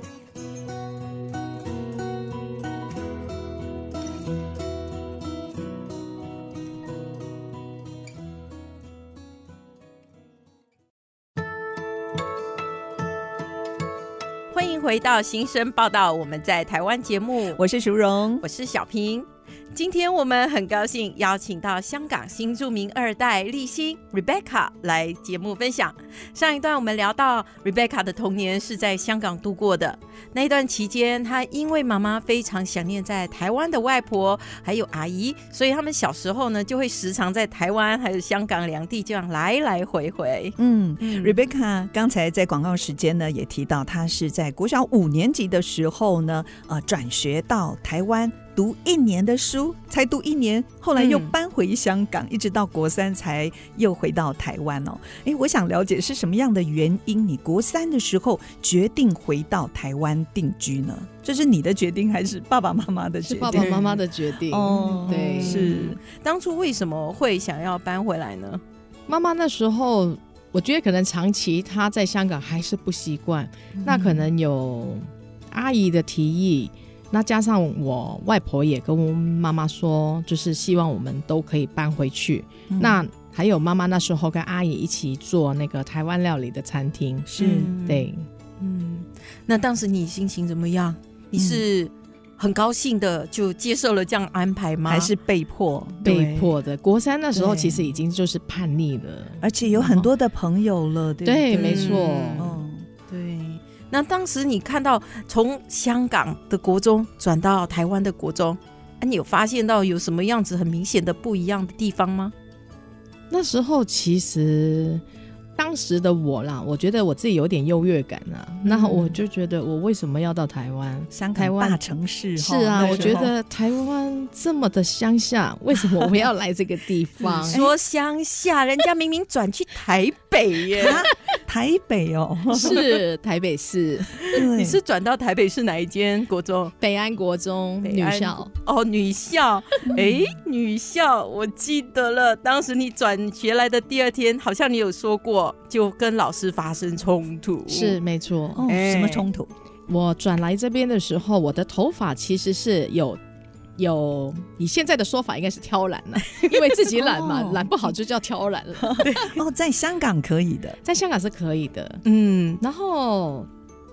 Speaker 3: 欢迎回到新生报道，我们在台湾节目，
Speaker 2: 我是淑荣，
Speaker 3: 我是小平。今天我们很高兴邀请到香港新著名二代立新 Rebecca 来节目分享。上一段我们聊到 Rebecca 的童年是在香港度过的，那一段期间，她因为妈妈非常想念在台湾的外婆还有阿姨，所以他们小时候呢就会时常在台湾还有香港两地这样来来回回。
Speaker 2: 嗯。
Speaker 3: 嗯
Speaker 2: Rebecca 刚才在广告时间呢，也提到她是在国小五年级的时候呢，呃，转学到台湾读一年的书，才读一年，后来又
Speaker 3: 嗯
Speaker 2: 搬回香港，一直到国三才又回到台湾哦。诶，我想了解是什么样的原因，你国三的时候决定回到台湾定居呢？这是你的决定还是爸爸妈妈的决
Speaker 5: 是
Speaker 2: 定？
Speaker 5: 爸爸妈妈的决定。
Speaker 2: 哦，
Speaker 5: 对
Speaker 2: 是
Speaker 3: 当初为什么会想要搬回来呢？
Speaker 5: 妈妈那时候，我觉得可能长期她在香港还是不习惯，
Speaker 2: 嗯
Speaker 5: 那可能有阿姨的提议，那加上我外婆也跟妈妈说，就是希望我们都可以搬回去。
Speaker 2: 嗯
Speaker 5: 那还有妈妈那时候跟阿姨一起做那个台湾料理的餐厅，
Speaker 2: 是。
Speaker 3: 嗯，
Speaker 5: 对，
Speaker 3: 嗯，那当时你心情怎么样？你是很高兴的就接受了这样安排吗？
Speaker 2: 还是被迫。
Speaker 5: 被迫的。国三那时候
Speaker 2: 对
Speaker 5: 其实已经就是叛逆了，
Speaker 2: 而且有
Speaker 5: 嗯
Speaker 2: 很多的朋友了，对不对？
Speaker 5: 对，没错，
Speaker 2: 嗯，
Speaker 3: 对？那当时你看到从香港的国中转到台湾的国中，啊，你有发现到有什么样子很明显的不一样的地方吗？
Speaker 5: 那时候其实当时的我啦，我觉得我自己有点优越感啊。
Speaker 2: 嗯
Speaker 5: 那我就觉得我为什么要到台湾？
Speaker 2: 香
Speaker 5: 台
Speaker 2: 港
Speaker 5: 湾
Speaker 2: 大城市
Speaker 5: 是
Speaker 2: 哈
Speaker 5: 啊，
Speaker 2: 那
Speaker 5: 我
Speaker 2: 时
Speaker 5: 觉
Speaker 2: 候
Speaker 5: 得台湾这么的乡下，为什么我们要来这个地方？
Speaker 3: 说乡下，人家明明转去台北耶，
Speaker 2: 啊，台北哦，
Speaker 5: 是台北市
Speaker 2: 对，
Speaker 3: 你是转到台北是哪一间国中？
Speaker 5: 北安国中
Speaker 3: 北
Speaker 5: 女
Speaker 3: 安
Speaker 5: 校，
Speaker 3: 哦，女校，诶，女校，我记得了。当时你转学来的第二天，好像你有说过，就跟老师发生冲突。
Speaker 5: 是，没错。
Speaker 2: 哦
Speaker 3: 哎
Speaker 2: 什么冲突？
Speaker 5: 我转来这边的时候，我的头发其实是有。有，以现在的说法应该是挑染了，因为自己染嘛，
Speaker 2: 哦
Speaker 5: 染不好就叫挑染了。
Speaker 2: 哦，在香港可以的，
Speaker 5: 在香港是可以的，
Speaker 3: 嗯，
Speaker 5: 然后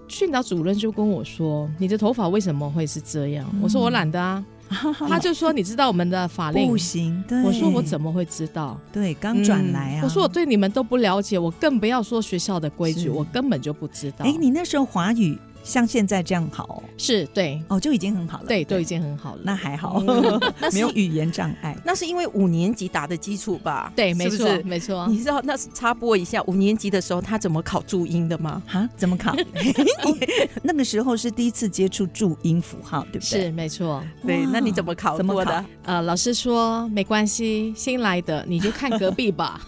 Speaker 5: 训导主任就跟我说：“你的头发为什么会是这样？”我说：“我懒 得啊。”他就说：“你知道我们的法令
Speaker 2: 嗯不？”行。对，
Speaker 5: 我说：“我怎么会知道嗯
Speaker 2: 对刚转来？”啊？
Speaker 5: 我说：“我对你们都不了解，我更不要说学校的规矩，
Speaker 2: 是
Speaker 5: 我根本就不知道。
Speaker 2: 哎，你那时候华语像现在这样好
Speaker 5: 是对
Speaker 2: 哦，就已经很好了。
Speaker 5: 对，嗯都已经很好了。
Speaker 2: 那还好，
Speaker 3: 那是
Speaker 2: 没有语言障碍。
Speaker 3: 那是因为五年级打的基础吧？
Speaker 5: 对，
Speaker 3: 是
Speaker 5: 没
Speaker 3: 不
Speaker 5: 错，嗯
Speaker 3: 是
Speaker 5: 没错。
Speaker 3: 你知道那是插播一下，五年级的时候他怎么考注音的吗？
Speaker 2: 啊，怎么 考？ 哦那个时候是第一次接触注音符号，对不对？
Speaker 5: 是没错，
Speaker 3: 对
Speaker 2: 哇，
Speaker 3: 那你怎么考
Speaker 2: 怎么
Speaker 3: 过的
Speaker 2: 考？
Speaker 5: 呃，老师说没关系，新来的你就看隔 壁吧。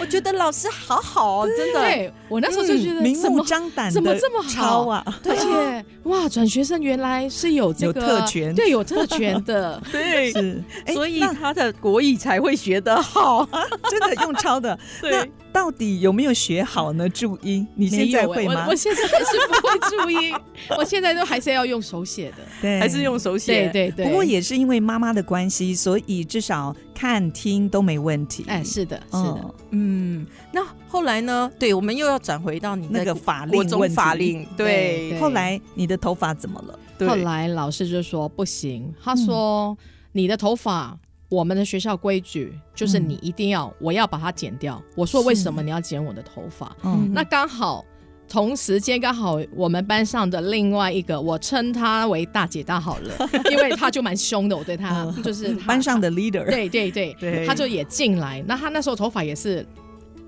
Speaker 3: 我觉得老师好好哦，真的。。
Speaker 5: 对我那时候就觉得、
Speaker 2: 嗯明
Speaker 5: 怎
Speaker 2: 目
Speaker 5: 么
Speaker 2: 张胆，
Speaker 5: 怎么这么好
Speaker 2: 抄啊？
Speaker 5: 而且哇，转学生原来是有这个
Speaker 2: 有特权
Speaker 5: 对，有特 权的
Speaker 3: 对，
Speaker 2: 是，哎
Speaker 3: 所以
Speaker 2: 那
Speaker 3: 他的国语才会学得好。
Speaker 2: 真的用抄的。那
Speaker 3: 对
Speaker 2: 到底有没有学好呢？注音，你现在
Speaker 5: 没
Speaker 2: 会
Speaker 5: 有欸
Speaker 2: 吗
Speaker 5: 我我？现在还是不会注音， 我现在都还是要用 手写的。
Speaker 2: 对，
Speaker 3: 还是。用手写。
Speaker 5: 对对对，
Speaker 2: 不过也是因为妈妈的关系，所以至少看听都没问题。
Speaker 5: 哎，是的，是的，
Speaker 2: 嗯，
Speaker 3: 嗯，那后来呢？对，我们又要转回到你的
Speaker 2: 那个 法
Speaker 3: 国
Speaker 2: 令
Speaker 3: 中
Speaker 2: 问题
Speaker 3: 法。令，对
Speaker 5: 对
Speaker 2: 后来你的头发怎么了？
Speaker 3: 对
Speaker 5: 后来老师就说不行，他
Speaker 2: 嗯
Speaker 5: 说、你的头发。我们的学校规矩就是
Speaker 2: 嗯
Speaker 5: 你一定要，我要把它剪掉。我说
Speaker 2: 是
Speaker 5: 为什么你要剪我的头发？
Speaker 2: 嗯，
Speaker 5: 那刚好同时间刚好我们班上的另外一个，我称她为大姐大好 了，因为她就蛮凶的，我对她就是她
Speaker 2: 嗯班上的 leader，
Speaker 5: 对对对，
Speaker 3: 对
Speaker 5: 她就也进来，那她那时候头发也是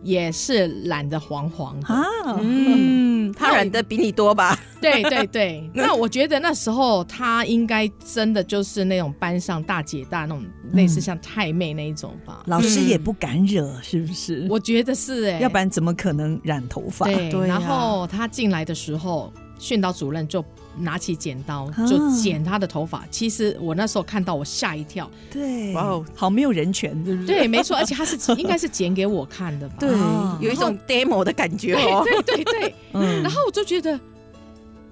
Speaker 5: 也是染的黄黄的，
Speaker 2: 啊，
Speaker 3: 嗯，他染的比你多吧？
Speaker 5: 对对对。 那我觉得那时候她应该真的就是那种班上大姐大那种类似像太妹那一种吧，
Speaker 2: 嗯老师也不敢惹，是不是？
Speaker 5: 我觉得是哎、
Speaker 2: 要不然怎么可能染头发？
Speaker 5: 对，
Speaker 3: 对
Speaker 5: 然
Speaker 3: 呀
Speaker 5: 后他进来的时候，训导主任就拿起剪刀
Speaker 2: 啊
Speaker 5: 就剪他的头发。其实我那时候看到我吓一跳，
Speaker 2: 对，
Speaker 3: 哇哦，
Speaker 2: 好没有人权，是不是？
Speaker 5: 对，没错，而且他是应该是剪给我看的吧？
Speaker 3: 对
Speaker 2: 啊，
Speaker 5: 嗯
Speaker 3: 有一
Speaker 5: 哦
Speaker 3: 种 demo 的感觉哦。
Speaker 5: 对对对。
Speaker 2: 嗯，
Speaker 5: 然后我就觉得，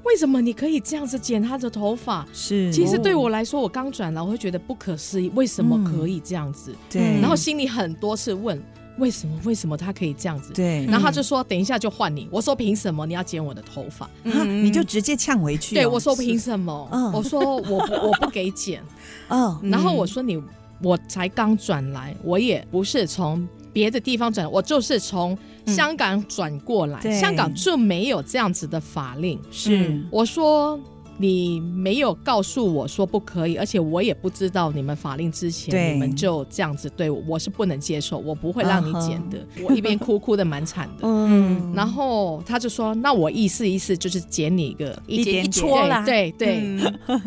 Speaker 5: 为什么你可以这样子剪他的头发？
Speaker 2: 是，
Speaker 5: 其实对我来说，我刚转来，我会觉得不可思议，为什么可以这样子？
Speaker 2: 对，
Speaker 5: 然后心里很多次问，为什么？为什么他可以这样子？
Speaker 2: 对，
Speaker 5: 然后他就说：“等一下就换你。”我说：“凭什么你要剪我的头发？”
Speaker 2: 啊你就直接呛回去哦。
Speaker 5: 嗯对，我说
Speaker 2: 是
Speaker 5: 凭什么？
Speaker 2: 嗯
Speaker 5: 我说我不我不给 剪，
Speaker 2: 哦，
Speaker 5: 然后我说你我才刚转来，我也不是从别的地方转，我就是从香港转过来，
Speaker 2: 嗯对
Speaker 5: 香港就没有这样子的法令。
Speaker 2: 是
Speaker 5: 我说你没有告诉我说不可以，而且我也不知道你们法令之
Speaker 2: 对
Speaker 5: 前你们就这样子对我，我是不能接受，我不会让你剪的。我一边哭哭的蛮惨的。
Speaker 2: 嗯，
Speaker 5: 然后他就说：“那我意思意思，就是剪你一个
Speaker 2: 一点
Speaker 3: 一
Speaker 2: 点
Speaker 3: 戳啦，
Speaker 5: 对对对
Speaker 3: 嗯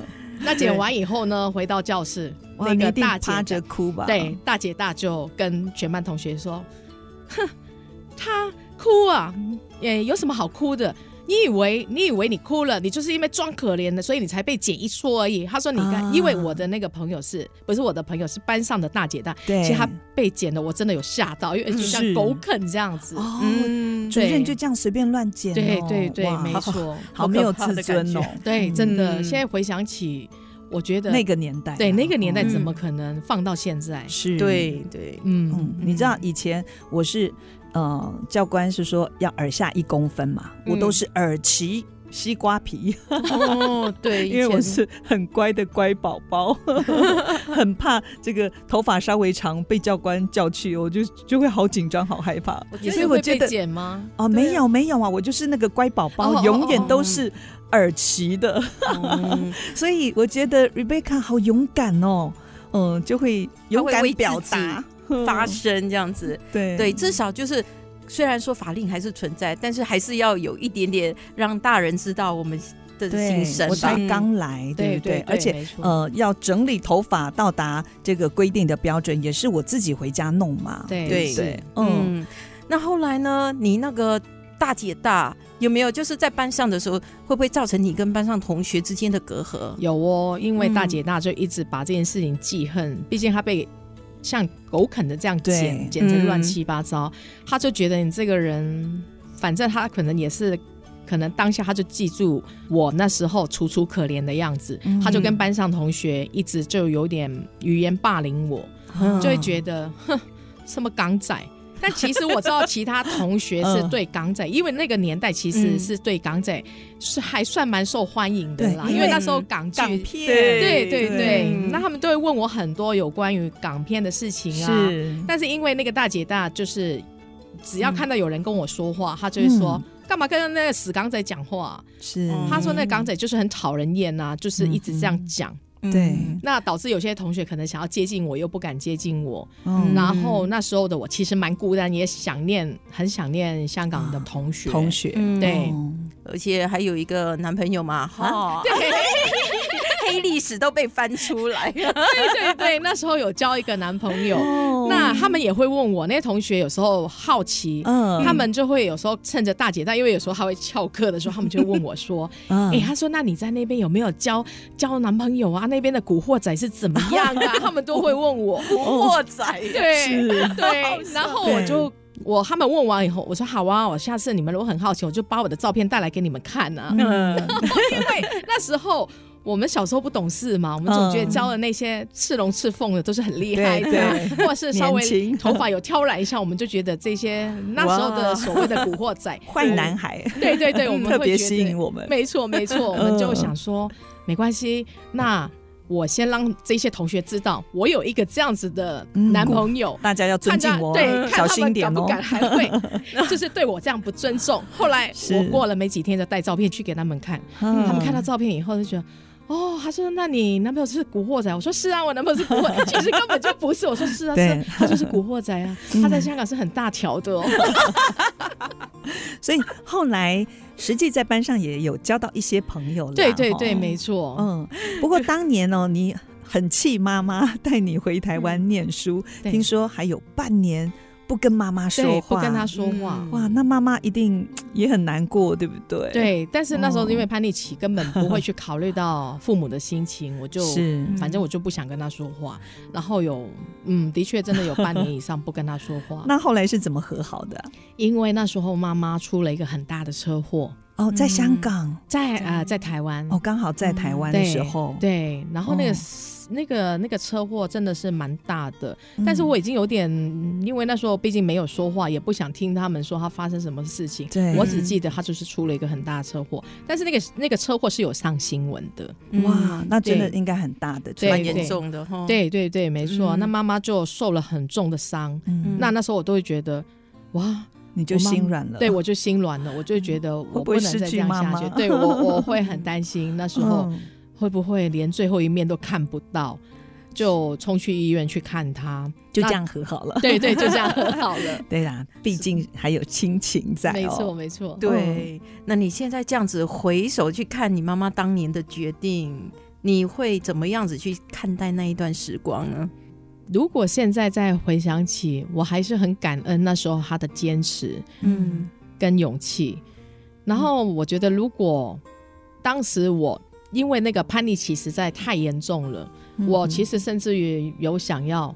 Speaker 5: 那剪完以后呢，回到教室，
Speaker 2: 哇，
Speaker 5: 那
Speaker 2: 你
Speaker 5: 个
Speaker 2: 一定
Speaker 5: 大姐
Speaker 2: 趴
Speaker 5: 大
Speaker 2: 着哭吧？
Speaker 5: 对，大姐大就跟全班同学说：“哼，她哭啊，也有什么好哭的？你以为你以为你哭了，你就是因为装可怜的，所以你才被剪一撮而已。”她说：“你看，
Speaker 2: 啊
Speaker 5: 因为我的那个朋友是不是我的朋友是班上的大姐大，
Speaker 2: 对
Speaker 5: 其实她被剪的，我真的有吓到，因为就像
Speaker 2: 是
Speaker 5: 狗啃这样子。
Speaker 2: 哦，
Speaker 3: 嗯
Speaker 2: 主任
Speaker 5: 对
Speaker 2: 就这样随便乱剪哦，
Speaker 5: 对对对，
Speaker 2: 哇
Speaker 5: 没，错，
Speaker 2: 好没有自
Speaker 3: 好可怕的
Speaker 2: 尊哦
Speaker 3: 感，
Speaker 5: 对，
Speaker 2: 嗯
Speaker 5: 真的，
Speaker 3: 嗯
Speaker 5: 现在回想起，我觉得
Speaker 2: 那个年代啊，
Speaker 5: 对那个年代
Speaker 2: 嗯
Speaker 5: 怎么可能放到现在？
Speaker 2: 是，
Speaker 3: 对对，
Speaker 5: 嗯
Speaker 2: 嗯，你知道以前我是呃教官是说要耳下一公分嘛，我都
Speaker 3: 嗯
Speaker 2: 是耳齐西瓜皮，
Speaker 3: 哦，对，
Speaker 2: 因为我是很乖的乖宝宝， 很怕这个头发稍微长被教官叫去，我就就会好紧张，好害怕。
Speaker 5: 你
Speaker 2: 所以
Speaker 5: 是
Speaker 2: 我
Speaker 5: 会
Speaker 2: 觉
Speaker 5: 被
Speaker 2: 得
Speaker 5: 剪吗？
Speaker 2: 哦，没有没有啊，我就是那个乖宝
Speaker 5: 哦哦
Speaker 2: 宝，
Speaker 5: 哦
Speaker 2: 永远都是耳齐的。
Speaker 3: 嗯
Speaker 2: 所以我觉得 Rebecca 好勇敢哦，嗯，就会勇敢表达
Speaker 3: 发声这样子，
Speaker 5: 嗯
Speaker 2: 对
Speaker 3: 对，至少就是。虽然说法令还是存在，但是还是要有一点点让大人知道我们的
Speaker 2: 对
Speaker 3: 心声嗯
Speaker 2: 我
Speaker 3: 吧
Speaker 2: 才。刚来，对不
Speaker 5: 嗯对，
Speaker 2: 而且。
Speaker 5: 没错
Speaker 2: 呃，要整理头发到达这个规定的标准，也是我自己回家弄嘛。
Speaker 5: 对
Speaker 2: 对
Speaker 3: 对
Speaker 2: 对，嗯，
Speaker 3: 嗯，那后来呢？你那个大姐大有没有就是在班上的时候，会不会造成你跟班上同学之间的隔阂？
Speaker 5: 有哦，因为大
Speaker 3: 嗯
Speaker 5: 姐大就一直把这件事情记恨，毕竟她被像狗啃的这样
Speaker 2: 对
Speaker 5: 剪，剪成乱
Speaker 3: 嗯
Speaker 5: 七八糟，她就觉得你这个人，反正她可能也是。可能当下她就记住我那时候楚楚可怜的样子，她就跟班上同学一直就有点语言霸凌我，
Speaker 2: 嗯
Speaker 5: 就会觉得哼什么港仔。但其实我知道其他同学 是
Speaker 2: 嗯
Speaker 5: 对港仔，因为那个年代其实
Speaker 3: 嗯
Speaker 5: 是对港仔是还算蛮受欢迎的
Speaker 2: 对
Speaker 5: 啦，
Speaker 2: 因
Speaker 5: 因为
Speaker 2: 为
Speaker 5: 那时候港剧
Speaker 2: 港片，
Speaker 5: 对对
Speaker 2: 对
Speaker 5: 对
Speaker 3: 嗯，
Speaker 5: 那他们都会问我很多有关于港片的事情啊。
Speaker 2: 是
Speaker 5: 但是因为那个大姐大，就是只要看到有人跟我说话，她就会
Speaker 2: 嗯
Speaker 5: 说。干嘛跟那个死港仔讲话？啊
Speaker 2: 是，
Speaker 3: 嗯
Speaker 5: 她说那个港仔就是很讨人厌呐、就是一直这样讲，
Speaker 2: 对
Speaker 3: 嗯
Speaker 5: 那导致有些同学可能想要接近我，又不敢接近我。
Speaker 2: 嗯
Speaker 5: 然后那时候的我其实蛮孤单，也想念，很想念香港的同学。
Speaker 2: 同，学，
Speaker 3: 嗯
Speaker 5: 对
Speaker 2: 嗯
Speaker 3: 而且还有一个男朋友嘛，哈，哦
Speaker 5: 对
Speaker 3: 黑历史都被翻出来了。
Speaker 5: 对对对，那时候有交一个男朋友，
Speaker 2: 哦
Speaker 5: 那他们也会问我，那些同学有时候好奇，
Speaker 2: 嗯
Speaker 5: 他们就会有时候趁着大姐大，因为有时候还会翘课的时候，他们就会问我说：“
Speaker 2: 嗯
Speaker 5: 哎、他说那你在那边有没有交交男朋友啊？那边的古惑仔是怎么样啊？” 他们都会问我，
Speaker 3: 惑仔，
Speaker 5: 对
Speaker 2: 哦是
Speaker 5: 对，然后我就。我他们问完以后，我说好啊，我下次你们如果很好奇，我就把我的照片带来给你们看啊。
Speaker 2: 嗯
Speaker 5: 因为那时候我们小时候不懂事
Speaker 2: 嗯
Speaker 5: 嘛，我们总觉得教的那些赤龙赤凤的都是很厉害的，
Speaker 2: 对对
Speaker 5: 或是稍
Speaker 2: 年轻
Speaker 5: 微头发有挑染一下，我们就觉得这些那时候的所谓的古惑仔
Speaker 2: 坏男孩，
Speaker 5: 对 对对，我们
Speaker 2: 特别
Speaker 5: 会觉得
Speaker 2: 吸引我们嗯
Speaker 5: 没错没错，我们就想说没关系，那。我先让这些同学知道，我有一个这样子的男朋友，
Speaker 2: 大家要嗯尊敬我，
Speaker 5: 看他
Speaker 2: 小
Speaker 5: 对，看他
Speaker 2: 心
Speaker 5: 们
Speaker 2: 点
Speaker 5: 敢不
Speaker 2: 哦。
Speaker 5: 敢还会， 就是对我这样不尊重。后来
Speaker 2: 是
Speaker 5: 我过了没几天，就带照片去给他们看，
Speaker 2: 嗯
Speaker 5: 他们看到照片以后就觉得。哦，他说：“那你男朋友是古惑仔？”我说：“是啊，我男朋友是古惑仔， 其实根本就不是。”我说：“是啊，是
Speaker 2: 对嗯
Speaker 5: 啊他就是古惑仔 啊，他在香港是很大条的哦。
Speaker 2: 所以后来实际在班上也有交到一些朋友了。
Speaker 5: 对对对，
Speaker 2: 哦
Speaker 5: 没错。
Speaker 2: 嗯，不过当年哦，你很气妈妈带你回台湾念书，
Speaker 5: 嗯对
Speaker 2: 听说还有半年不跟妈妈说
Speaker 5: 对，
Speaker 2: 话，
Speaker 5: 不跟他说话。
Speaker 3: 嗯
Speaker 2: 哇，那妈妈一定也很难过，对不对？，
Speaker 5: 对，但是那时候
Speaker 2: 哦
Speaker 5: 因为叛逆期，根本不会去考虑到父母的心情，我就。
Speaker 2: 是。，
Speaker 3: 嗯
Speaker 5: 反正我就不想跟他说话，然后有，嗯，的确真的有半年以上不跟他说话
Speaker 2: 嗯那后来是怎么和好的？
Speaker 5: 因为那时候妈妈出了一个很大的车祸，
Speaker 2: 哦，在香港，
Speaker 5: 在呃在台湾，
Speaker 2: 哦，刚好在台湾的
Speaker 5: 嗯对
Speaker 2: 时候，
Speaker 5: 对，然后那个、
Speaker 2: 哦
Speaker 5: 那个那个车祸真的是蛮大的，
Speaker 2: 嗯
Speaker 5: 但是我已经有点，嗯因为那时候毕竟没有说话，也不想听他们说他发生什么事情。
Speaker 2: 对
Speaker 5: 我只记得他就是出了一个很大的车祸，但是那个那个车祸是有上新闻的。
Speaker 2: 哇，那真的
Speaker 5: 嗯对
Speaker 2: 应该很大的，
Speaker 5: 对
Speaker 2: 蛮
Speaker 3: 嗯蛮严重的
Speaker 2: 哦
Speaker 3: 哈。，
Speaker 5: 对对对，没错。
Speaker 3: 嗯
Speaker 5: 那妈妈就受了很重的伤，
Speaker 2: 嗯，
Speaker 5: 那那时候我都会觉得，哇，
Speaker 2: 你就
Speaker 5: 我妈
Speaker 2: 心软了，
Speaker 5: 对我就心软了，我就觉得我
Speaker 2: 会不
Speaker 5: 不
Speaker 2: 会
Speaker 5: 能
Speaker 2: 失
Speaker 5: 再
Speaker 2: 去
Speaker 5: 这样
Speaker 2: 妈
Speaker 5: 下
Speaker 2: 妈
Speaker 5: 去。对我我会很担 心，那时候
Speaker 2: 嗯
Speaker 5: 会不会连最后一面都看不到，就冲去医院去看他。
Speaker 2: 就这样和好了。
Speaker 5: 对对，就这样很好了。
Speaker 2: 对啦，毕竟还有亲情在、哦，
Speaker 5: 没错，没错。
Speaker 3: 对，那你现在这样子回首去看你妈妈当年的决定，你会怎么样子去看待那一段时光呢？
Speaker 5: 如果现在再回想起，我还是很感恩那时候他的坚持
Speaker 3: 嗯
Speaker 5: 跟勇气。然后我觉得，如果当时我因为那个叛逆期实在太严重了，
Speaker 2: 嗯
Speaker 5: 我其实甚至于有想嗯 要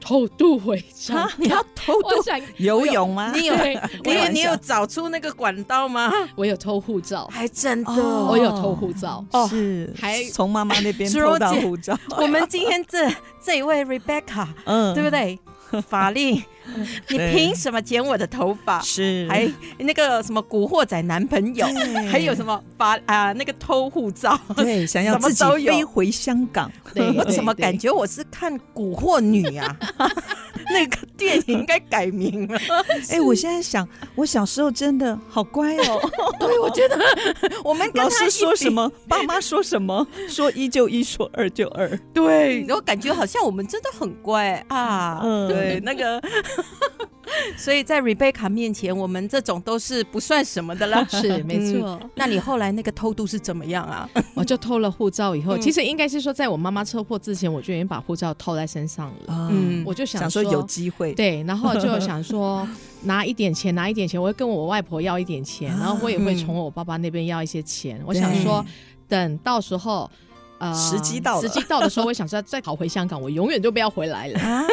Speaker 5: 偷渡回家
Speaker 2: 啊，，你要偷渡
Speaker 5: 我想
Speaker 2: 游泳吗？
Speaker 3: 哎你有
Speaker 5: 对，
Speaker 3: 你
Speaker 2: 开
Speaker 3: 有
Speaker 2: 玩
Speaker 3: 你
Speaker 2: 笑
Speaker 3: 有找出那个管道吗？
Speaker 5: 我有偷护照，
Speaker 3: 还真的，
Speaker 2: 哦
Speaker 5: 我有偷护照。
Speaker 2: 哦，是
Speaker 5: 还
Speaker 2: 从 妈妈那边
Speaker 3: 苏柔
Speaker 2: 偷到
Speaker 3: 姐
Speaker 2: 护照，
Speaker 3: 我们今天这这一位 Rebecca，
Speaker 2: 嗯
Speaker 3: 对不？对？法令， 你
Speaker 2: 对
Speaker 3: 凭什么剪我的头发？
Speaker 2: 是
Speaker 3: 还那个什么古惑仔男朋友，还有什么法啊、那个偷护照，
Speaker 2: 对，想要
Speaker 3: 什么
Speaker 2: 自己
Speaker 3: 都有
Speaker 2: 飞回香港，
Speaker 5: 对
Speaker 3: 我怎么感觉我是看古惑女 啊？那个电影应该改名了。
Speaker 2: 哎、我现在想，我小时候真的好乖哦，
Speaker 3: 对，我觉得我们跟
Speaker 2: 老
Speaker 3: 他一
Speaker 2: 师说
Speaker 3: 比
Speaker 2: 什？么，爸妈说什么，说一就一，说二就二，
Speaker 3: 对，我感觉好像我们真的很乖啊。
Speaker 2: 嗯
Speaker 3: 对，那个， 所以在 Rebecca 面前，我们这种都是不算什么的啦。 嗯
Speaker 5: 是没错。
Speaker 3: 那你后来那个偷渡是怎么样啊？
Speaker 5: 我就偷了护照以后，
Speaker 3: 嗯
Speaker 5: 其实应该是说，在我妈妈车祸之前，我就已经把护照偷在身上了。
Speaker 2: 嗯，
Speaker 5: 我就
Speaker 2: 想
Speaker 5: 说
Speaker 2: 说有机会，
Speaker 5: 对，然后 就想说拿一点钱，拿一点钱，我会跟我外婆要一点钱，然后我也会
Speaker 3: 嗯
Speaker 5: 从我爸爸那边要一些钱。我想说，等到时候。呃，
Speaker 2: 时机到了
Speaker 5: 时机到的时候，我想说再逃回香港，我永远就不要回来了。
Speaker 3: 啊，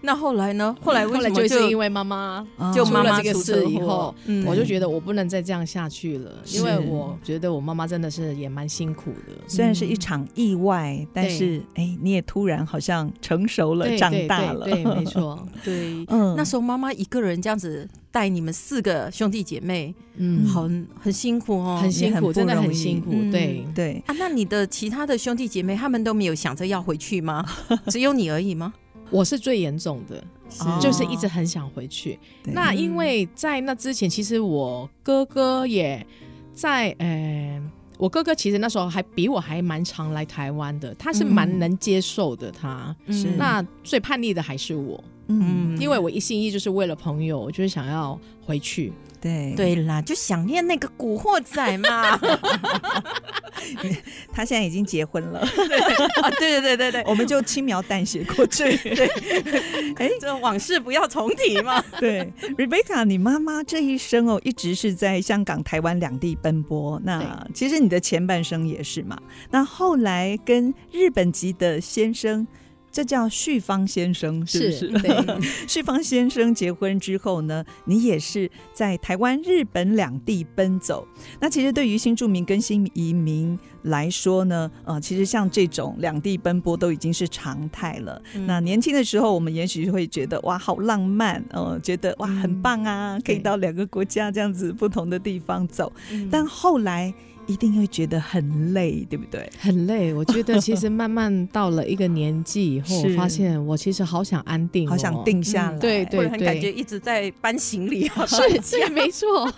Speaker 3: 那后来呢？后来为
Speaker 5: 后
Speaker 3: 什
Speaker 5: 来
Speaker 3: 么
Speaker 5: 就是因
Speaker 3: 就
Speaker 5: 为妈妈
Speaker 2: 啊
Speaker 3: 就
Speaker 5: 出
Speaker 3: 妈妈
Speaker 5: 了这个
Speaker 3: 出
Speaker 5: 事
Speaker 3: 车
Speaker 5: 以
Speaker 3: 祸
Speaker 5: 后，
Speaker 3: 嗯
Speaker 5: 我就觉得我不能再这样下去了，因为
Speaker 2: 是
Speaker 5: 我觉得我妈妈真的是也蛮辛苦的。嗯
Speaker 2: 虽然是一场意外，但
Speaker 5: 对
Speaker 2: 是哎、你也突然好像成熟了，
Speaker 5: 对
Speaker 2: 长
Speaker 5: 对
Speaker 2: 大了，
Speaker 5: 对，对没。错，
Speaker 3: 对？
Speaker 2: 嗯，
Speaker 3: 那时候妈妈一个人这样子带你们四个兄弟姐妹，
Speaker 5: 嗯，好，
Speaker 3: 很很辛苦哦，
Speaker 5: 很辛
Speaker 2: 也很
Speaker 5: 苦，
Speaker 2: 不
Speaker 5: 真的
Speaker 2: 容
Speaker 5: 很
Speaker 2: 易
Speaker 5: 辛苦
Speaker 3: 嗯，
Speaker 5: 对。
Speaker 2: 对，
Speaker 3: 啊，那你的其他的兄弟姐妹他们都没有想着要回去 吗？只有你而已吗？
Speaker 5: 我是最严重的，
Speaker 3: 哦
Speaker 5: 就是一直很想回去。
Speaker 2: 对
Speaker 5: 那因为在那之前，其实我哥哥也在，呃，我哥哥其实那时候还比我还蛮常来台湾的，他是蛮能接受的。他、
Speaker 2: 是嗯
Speaker 5: 那最叛逆的还是我，
Speaker 2: 嗯，
Speaker 5: 因为我一心一意就是为了朋友，我就是想要回去。
Speaker 2: 对，
Speaker 3: 对啦，就想念那个古惑仔嘛。啊，
Speaker 2: 他现在已经结婚 了，
Speaker 3: 对对对对对，
Speaker 2: 我们就轻描淡写过去。
Speaker 3: 这往事不要重提 嘛。
Speaker 2: 对，Rebecca，你妈妈这一生哦，一直是在香港、台湾两地奔波。那其实你的前半生也是嘛。那后来跟日本籍的先生，这叫旭方先生，是不是？
Speaker 5: 对，
Speaker 2: 旭方先生结婚之后呢，你也是在台湾、日本两地奔走。那其实对于新住民跟新移民来说呢，呃，其实像这种两地奔波都已经是常态了。那年轻的时候，我们也许会觉得哇，好浪漫，呃，觉得哇，很棒啊，可以
Speaker 5: 对嗯
Speaker 2: 到两个国家这样子不同的地方走。 但后来一定会觉得很累，对不对？
Speaker 5: 很累。我觉得其实慢慢到了一个年纪以后，我
Speaker 2: 是
Speaker 5: 发现我其实好想安定、哦
Speaker 2: 好想。定下来。
Speaker 3: 嗯
Speaker 5: 对
Speaker 3: 会
Speaker 5: 对
Speaker 3: 很
Speaker 5: 对
Speaker 3: 感觉一直在搬行李啊，
Speaker 5: 是，对，没错。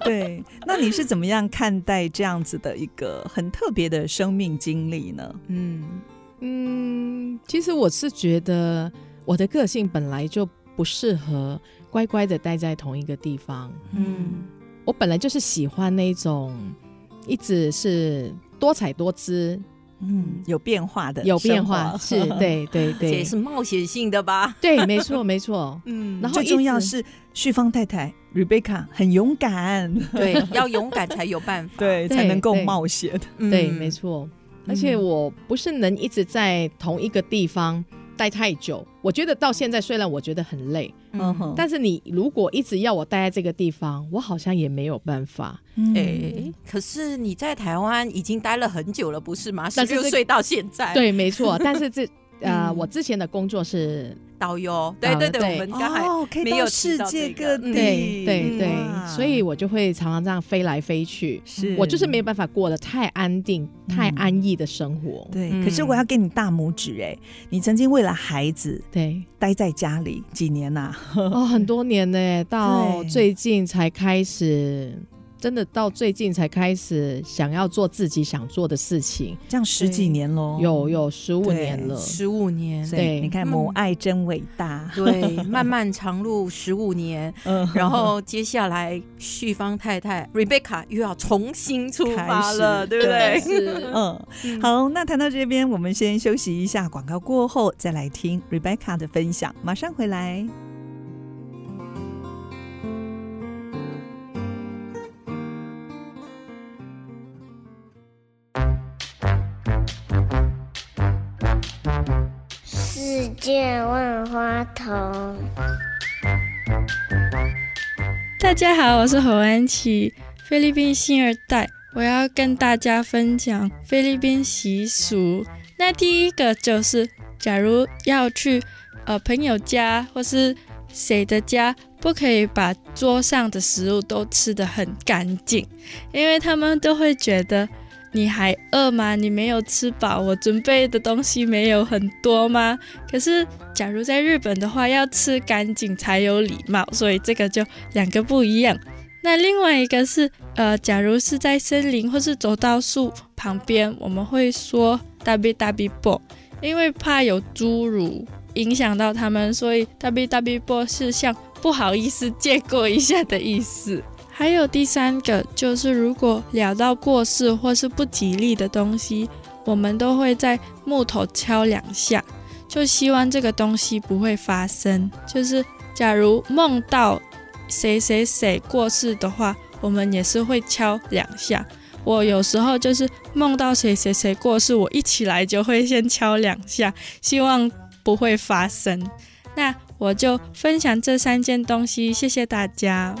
Speaker 2: 对，那你是怎么样看待这样子的一个很特别的生命经历呢？
Speaker 3: 嗯，
Speaker 5: 嗯，其实我是觉得我的个性本来就不适合乖乖的待在同一个地方。
Speaker 3: 嗯，
Speaker 5: 我本来就是喜欢那种一直是多彩多姿、
Speaker 2: 嗯，有变化的，
Speaker 5: 有变化，是对对
Speaker 3: 这也
Speaker 5: 对
Speaker 3: 是，冒险性的吧？。
Speaker 5: 对，没错没错
Speaker 3: 嗯
Speaker 5: 然后
Speaker 2: 最重要
Speaker 5: 一直
Speaker 2: 是旭芳太太 Rebecca 很勇敢，
Speaker 3: 对，要勇敢才有 办法。
Speaker 2: 对，
Speaker 5: 对
Speaker 2: 才能够
Speaker 5: 对
Speaker 2: 冒险。
Speaker 3: 嗯
Speaker 5: 对，没。错。而且我不是能一直在同一个地方待太久。我觉得到现在，虽然我觉得很累，
Speaker 2: 嗯哼，
Speaker 5: 但是你如果一直要我待在这个地方，我好像也没有办法。
Speaker 3: 哎、
Speaker 2: 嗯
Speaker 3: 可是你在台湾已经待了很久了，不是吗？十
Speaker 5: 但是
Speaker 3: 六
Speaker 5: 这
Speaker 3: 岁到现
Speaker 2: 哎
Speaker 3: 在，
Speaker 5: 对，没错。但是 这呃，
Speaker 3: 嗯
Speaker 5: 我之前的工作是，
Speaker 3: 导游，对对对，
Speaker 5: 对
Speaker 3: 我们刚才、
Speaker 2: 哦，可以
Speaker 3: 没
Speaker 2: 到
Speaker 3: 有
Speaker 2: 世
Speaker 3: 提到
Speaker 2: 界
Speaker 3: 这
Speaker 2: 各
Speaker 3: 个
Speaker 2: 地，
Speaker 5: 嗯对
Speaker 3: 嗯
Speaker 5: 对对
Speaker 2: 嗯哇，
Speaker 5: 所以我就会常常这样飞来飞去。
Speaker 2: 是
Speaker 5: 我就是没有办法过得太安定、太安逸的生活。
Speaker 2: 对。
Speaker 3: 嗯
Speaker 2: 可是我要给你大拇指哎，你曾经为了孩子
Speaker 5: 对，
Speaker 2: 待在家里几年啊呐？
Speaker 5: 哦，很多年呢，到
Speaker 2: 对
Speaker 5: 最近才开始，真的到最近才开始想要做自己想做的事情，
Speaker 2: 这样十几年喽，
Speaker 5: 有有十五
Speaker 2: 哦对
Speaker 5: 年了，
Speaker 3: 十五年，
Speaker 2: 所以
Speaker 5: 对嗯
Speaker 2: 你看
Speaker 3: 嗯
Speaker 2: 母爱真伟大。
Speaker 3: 对，漫漫长路十五 年，
Speaker 2: 嗯
Speaker 3: 然后接下来旭芳太太 Rebecca 又要重新出发
Speaker 2: 开
Speaker 3: 了，
Speaker 2: 始
Speaker 3: 对不 对？
Speaker 5: 是
Speaker 2: 嗯，好，那谈到这边，我们先休息一下，广告过后再来听 Rebecca 的分享，马上回来。
Speaker 6: 世界万花筒。
Speaker 7: 大家好，我是侯安琪，菲律宾新二代。我要跟大家分享菲律宾习俗。那第一个就是，假如要去呃朋友家或是谁的家，不可以把桌上的食物都吃得很干净，因为他们都会觉得你还饿吗？你没有吃饱，我准备的东西没有很多吗？可是假如在日本的话，要吃干净才有礼貌，所以这个就两个不一样。那另外一个是，呃，假如是在森林或是走到树旁边，我们会说 “dabi dabi bo”，因为怕有侏儒影响到他们，所以 “dabi dabi bo” 是像不好意思借过一下的意思。还有第三个就是，如果聊到过世或是不吉利的东西，我们都会在木头敲两下，就希望这个东西不会发生。就是假如梦到谁谁谁过世的话，我们也是会敲两下。我有时候就是梦到谁谁谁过世，我一起来就会先敲两下，希望不会发生。那我就分享这三件东西，谢谢大家。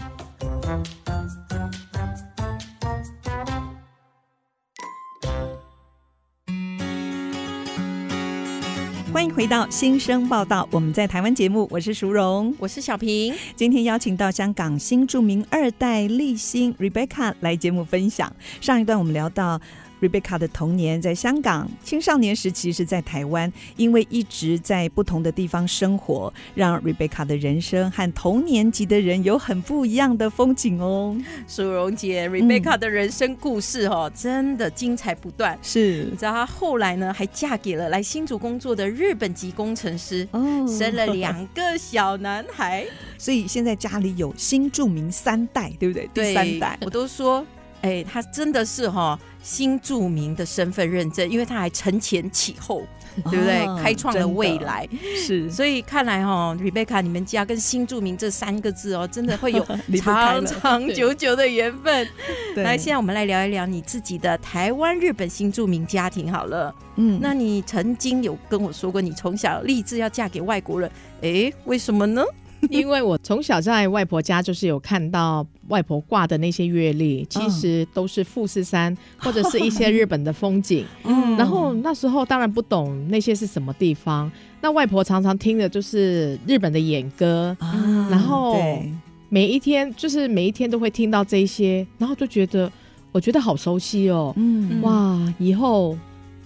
Speaker 2: 欢迎回到新生报道，我们在台湾节目，我是淑荣。
Speaker 3: 我是小平，
Speaker 2: 今天邀请到香港新著名二代立新 Rebecca 来节目分享。上一段我们聊到 Rebecca 的童年在香港，青少年时期是在台湾，因为一直在不同的地方生活，让 Rebecca 的人生和同年级的人有很不一样的风景哦。
Speaker 3: 苏荣姐 Rebecca 的人生故事哦，真的精彩不断。
Speaker 2: 是
Speaker 3: 你知道她后来呢，还嫁给了来新竹工作的日本籍工程师，
Speaker 2: 哦
Speaker 3: 生了两个小男孩。
Speaker 2: 所以现在家里有新著名三代，对不对？
Speaker 3: 对
Speaker 2: 第三代
Speaker 3: 我都说，哎，他真的是哈、新著名的身份认证，因为他还承前启后，对不对？
Speaker 2: 哦
Speaker 3: 开创了
Speaker 2: 真的嗯
Speaker 3: 未来，
Speaker 2: 是
Speaker 3: 所以看来哈、哦、，Rebecca，你们家跟新著名这三个字哦，真的会有
Speaker 2: 离不开了
Speaker 3: 长长久久的缘分。
Speaker 2: 对
Speaker 3: 来，现在我们来聊一聊你自己的台湾日本新著名家庭好了。
Speaker 2: 嗯
Speaker 3: 那你曾经有跟我说过，你从小立志要嫁给外国人，哎，为什么呢？
Speaker 5: 因为我从小在外婆家就是有看到外婆挂的那些月历，
Speaker 2: 嗯
Speaker 5: 其实都是富士山或者是一些日本的风景。
Speaker 2: 嗯
Speaker 5: 然后那时候当然不懂那些是什么地方，那外婆常常听的就是日本的演歌，
Speaker 2: 啊
Speaker 5: 然后
Speaker 2: 对
Speaker 5: 每一天就是每一天都会听到这些，然后就觉得我觉得好熟悉哦，
Speaker 2: 嗯
Speaker 5: 哇，以后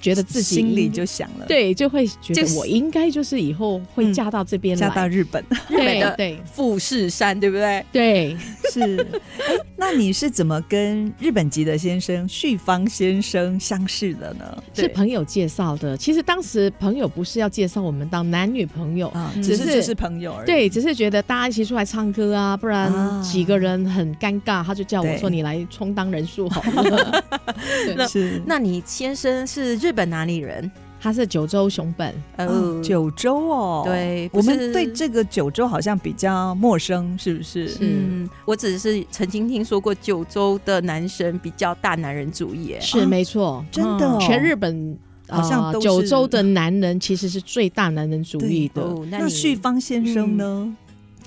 Speaker 5: 觉得自己
Speaker 2: 心里就想了，，
Speaker 5: 对就会觉
Speaker 3: 就
Speaker 5: 得
Speaker 3: 是
Speaker 5: 我应该就是以后会嫁到这边来，
Speaker 2: 嗯嫁到日本
Speaker 5: 日
Speaker 3: 本的
Speaker 5: 对
Speaker 3: 富士山，对不对？
Speaker 5: 对，
Speaker 2: 是。 哎那你是怎么跟日本籍的先生旭方先生相识的呢？
Speaker 5: 是朋友介绍的。其实当时朋友不是要介绍我们当男女朋友，
Speaker 2: 啊，
Speaker 5: 嗯
Speaker 2: 只是
Speaker 5: 只是
Speaker 2: 就是朋友而已。
Speaker 5: 对，只是觉得大家一起出来唱歌啊，不
Speaker 2: 啊
Speaker 5: 然几个人很尴尬，他就叫我
Speaker 2: 对
Speaker 5: 说你来充当人数好了。对
Speaker 2: 是
Speaker 3: 那你先生是日本哪里人？呃
Speaker 5: 他是九州熊本，
Speaker 2: 哦九州哦，
Speaker 3: 对不
Speaker 2: 我们
Speaker 3: 是
Speaker 2: 对这个九州好像比较陌生，是不是？
Speaker 3: 嗯，我只是曾经听说过九州的男生比较大男人主义，哎
Speaker 2: 哦
Speaker 5: 是没错，
Speaker 2: 真的哦，
Speaker 5: 嗯全日本
Speaker 2: 好像
Speaker 5: 呃
Speaker 2: 都是
Speaker 5: 九州的男人其实是最大男人主义的。
Speaker 3: 哦，那
Speaker 2: 那
Speaker 3: 你
Speaker 2: 旭方先生呢？